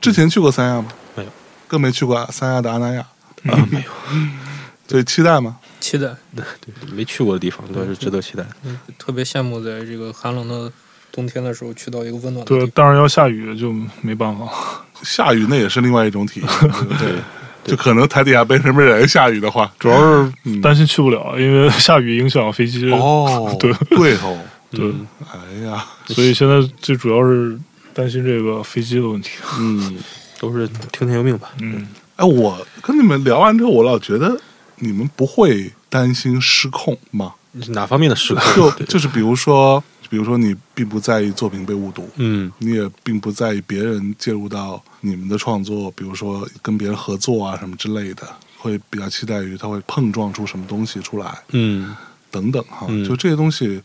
Speaker 1: 之前去过三亚吗？
Speaker 2: 没有，
Speaker 1: 更没去过三亚的阿那亚，
Speaker 2: 啊没有，
Speaker 1: 所以期待吗？
Speaker 4: 期待，
Speaker 2: 对没去过的地方都是值得期待的。
Speaker 1: 嗯
Speaker 4: 特别羡慕在这个寒冷的冬天的时候去到一个温暖的
Speaker 3: 对
Speaker 4: 地，方。
Speaker 3: 当然要下雨就没办法。
Speaker 1: 下雨那也是另外一种体验，对 *laughs* 不对？就可能台底下没什么人，下雨的话，
Speaker 3: 主要是担心去不了，因为下雨影响飞机。
Speaker 1: 嗯哦，
Speaker 3: 对
Speaker 1: 对哦，
Speaker 3: 对，
Speaker 1: 哎呀，
Speaker 3: 所以现在最主要是担心这个飞机的问题。
Speaker 1: 嗯，
Speaker 2: 都是听天由命吧。
Speaker 3: 嗯，
Speaker 1: 哎，我跟你们聊完之后，我老觉得你们不会担心失控 *laughs* 吗？
Speaker 2: 哪方面的失控？
Speaker 1: 就
Speaker 2: 对
Speaker 1: 就是比如说，比如说你并不在意作品被误读，
Speaker 2: 嗯
Speaker 1: 你也并不在意别人介入到你们的创作，比如说跟别人合作啊什么之类的，会比较期待于他会碰撞出什么东西出来
Speaker 2: 嗯
Speaker 1: 等等哈。
Speaker 2: 嗯
Speaker 1: 就这些东西，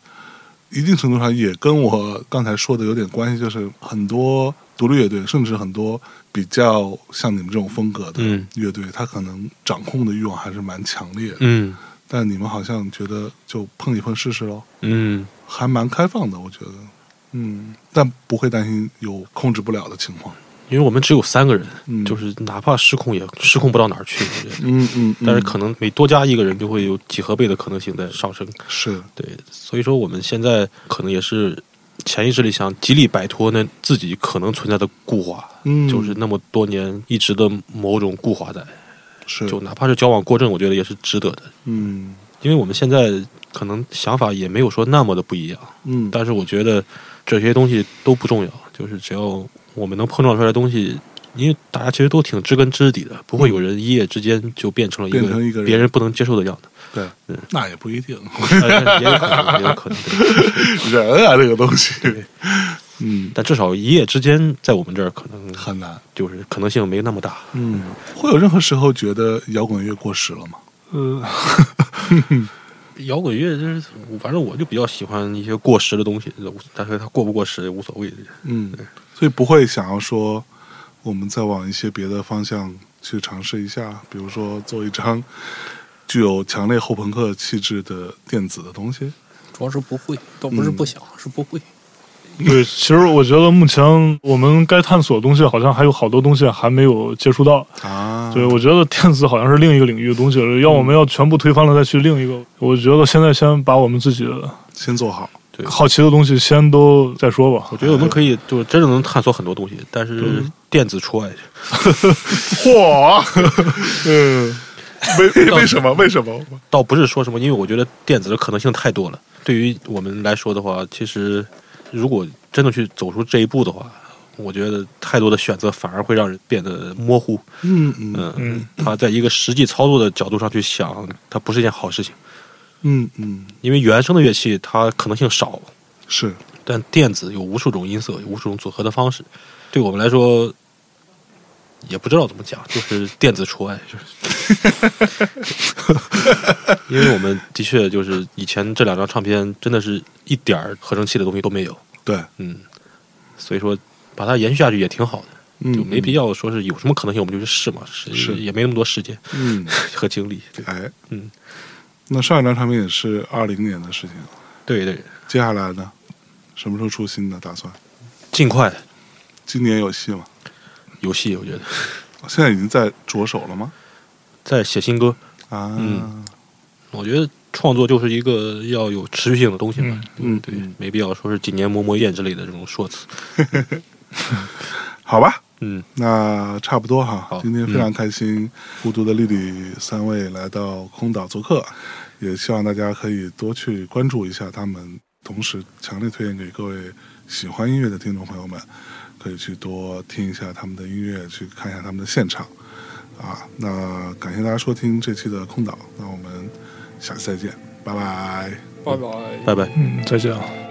Speaker 1: 一定程度上也跟我刚才说的有点关系，就是很多独立乐队，甚至很多比较像你们这种风格的
Speaker 2: 嗯
Speaker 1: 乐队，他可能掌控的欲望还是蛮强烈的。
Speaker 2: 嗯
Speaker 1: 但你们好像觉得就碰一碰试试喽，
Speaker 2: 嗯，
Speaker 1: 还蛮开放的，我觉得。嗯，但不会担心有控制不了的情况。
Speaker 2: 因为我们只有三个人，
Speaker 1: 嗯
Speaker 2: 就是哪怕失控也失控不到哪儿去，
Speaker 1: *laughs*
Speaker 2: 我觉得。
Speaker 1: 嗯嗯，
Speaker 2: 但是可能每多加一个人，就会有几何倍的可能性在上升。
Speaker 1: 是
Speaker 2: 对，所以说我们现在可能也是潜意识里想极力摆脱那自己可能存在的固化，
Speaker 1: 嗯
Speaker 2: 就是那么多年一直的某种固化在，
Speaker 1: 是
Speaker 2: 就哪怕是矫枉过正，我觉得也是值得的。
Speaker 1: 嗯
Speaker 2: 因为我们现在可能想法也没有说那么的不一样，
Speaker 1: 嗯，
Speaker 2: 但是我觉得这些东西都不重要，就是只要我们能碰撞出来的东西，因为大家其实都挺知根知底的，不会有人一夜之间就变成了一
Speaker 1: 嗯变成一个
Speaker 2: 个
Speaker 1: 人
Speaker 2: 别人不能接受
Speaker 1: *laughs*
Speaker 2: 的样子。
Speaker 1: 对
Speaker 2: 嗯，
Speaker 1: 那也不一
Speaker 2: *laughs*
Speaker 1: 定，
Speaker 2: 哎也有可能，也有可能。对
Speaker 1: 人啊这个东西
Speaker 2: 对，
Speaker 1: *laughs* 嗯，
Speaker 2: 但至少一夜之间，在我们这儿可能
Speaker 1: 很难。
Speaker 2: 就是可能性没那么大。
Speaker 1: 嗯，会有任何时候觉得摇滚乐过时了吗？
Speaker 3: 呃，
Speaker 2: 摇滚乐就是，反正我就比较喜欢一些过时的东西，但是它过不过时无所谓。
Speaker 1: 嗯，所以不会想要说我们再往一些别的方向去尝试一下，比如说做一张具有强烈后朋克气质的电子的东西。
Speaker 4: 主要是不会，倒不是不想，是不会。
Speaker 3: 对，其实我觉得目前我们该探索的东西，好像还有好多东西还没有接触到。
Speaker 1: 啊
Speaker 3: 对，我觉得电子好像是另一个领域的东西，
Speaker 1: 嗯
Speaker 3: 要我们要全部推翻了再去另一个。我觉得现在先把我们自己
Speaker 1: 先做好。
Speaker 2: 对，
Speaker 3: 好奇的东西先都再说吧
Speaker 2: 我。觉得我们可以就是真正能探索很多东西，但是电子除外。
Speaker 1: 嚯， *laughs* 嗯，为为什么？为什么？
Speaker 2: 倒不是说什么，因为我觉得电子的可能性太多了。对于我们来说的话，其实如果真的去走出这一步的话，我觉得太多的选择反而会让人变得模糊。
Speaker 1: 嗯嗯
Speaker 2: 嗯，
Speaker 4: 嗯，
Speaker 2: 他在一个实际操作的角度上去想，它不是一件好事情，
Speaker 1: 嗯嗯，
Speaker 2: 因为原声的乐器它可能性少，
Speaker 1: 是
Speaker 2: 但电子有无数种音色，有无数种组合的方式，对我们来说也不知道怎么讲，就是电子除外，就是 *laughs* 因为我们的确就是以前这两张唱片真的是一点儿合成器的东西都没有，
Speaker 1: 对，
Speaker 2: 嗯，所以说把它延续下去也挺好的，
Speaker 1: 嗯
Speaker 2: 就没必要说是有什么可能性我们就去试嘛，
Speaker 1: 是
Speaker 2: 是也没那么多时间 *laughs*
Speaker 1: 嗯，
Speaker 2: 和精力，对
Speaker 1: 哎，
Speaker 2: 嗯，
Speaker 1: 那上一张唱片也是二零年的事情了，
Speaker 2: 对对，
Speaker 1: 接下来呢，什么时候出新的打算？
Speaker 2: 尽快
Speaker 1: 今年有戏吗？
Speaker 2: 游戏，我觉得
Speaker 1: 现在已经在着手了吗？
Speaker 2: 在写新歌，
Speaker 1: 啊，
Speaker 2: 嗯我觉得创作就是一个要有持续性的东西嘛，
Speaker 1: 嗯
Speaker 2: 对，没必要说是几年磨磨练之类的这种说辞。
Speaker 1: 好吧，
Speaker 2: 嗯，
Speaker 1: 那差不多哈
Speaker 2: 好。
Speaker 1: 今天非常开心，孤独的丽丽三位来到空岛做客，
Speaker 2: 嗯
Speaker 1: 也希望大家可以多去关注一下他们。同时，强烈推荐给各位喜欢音乐的听众朋友们，可以去多听一下他们的音乐，去看一下他们的现场。啊，那感谢大家收听这期的空岛，那我们下次再见，拜拜。
Speaker 4: 拜拜。
Speaker 2: 拜拜。
Speaker 3: 嗯，再见啊。
Speaker 1: 拜拜。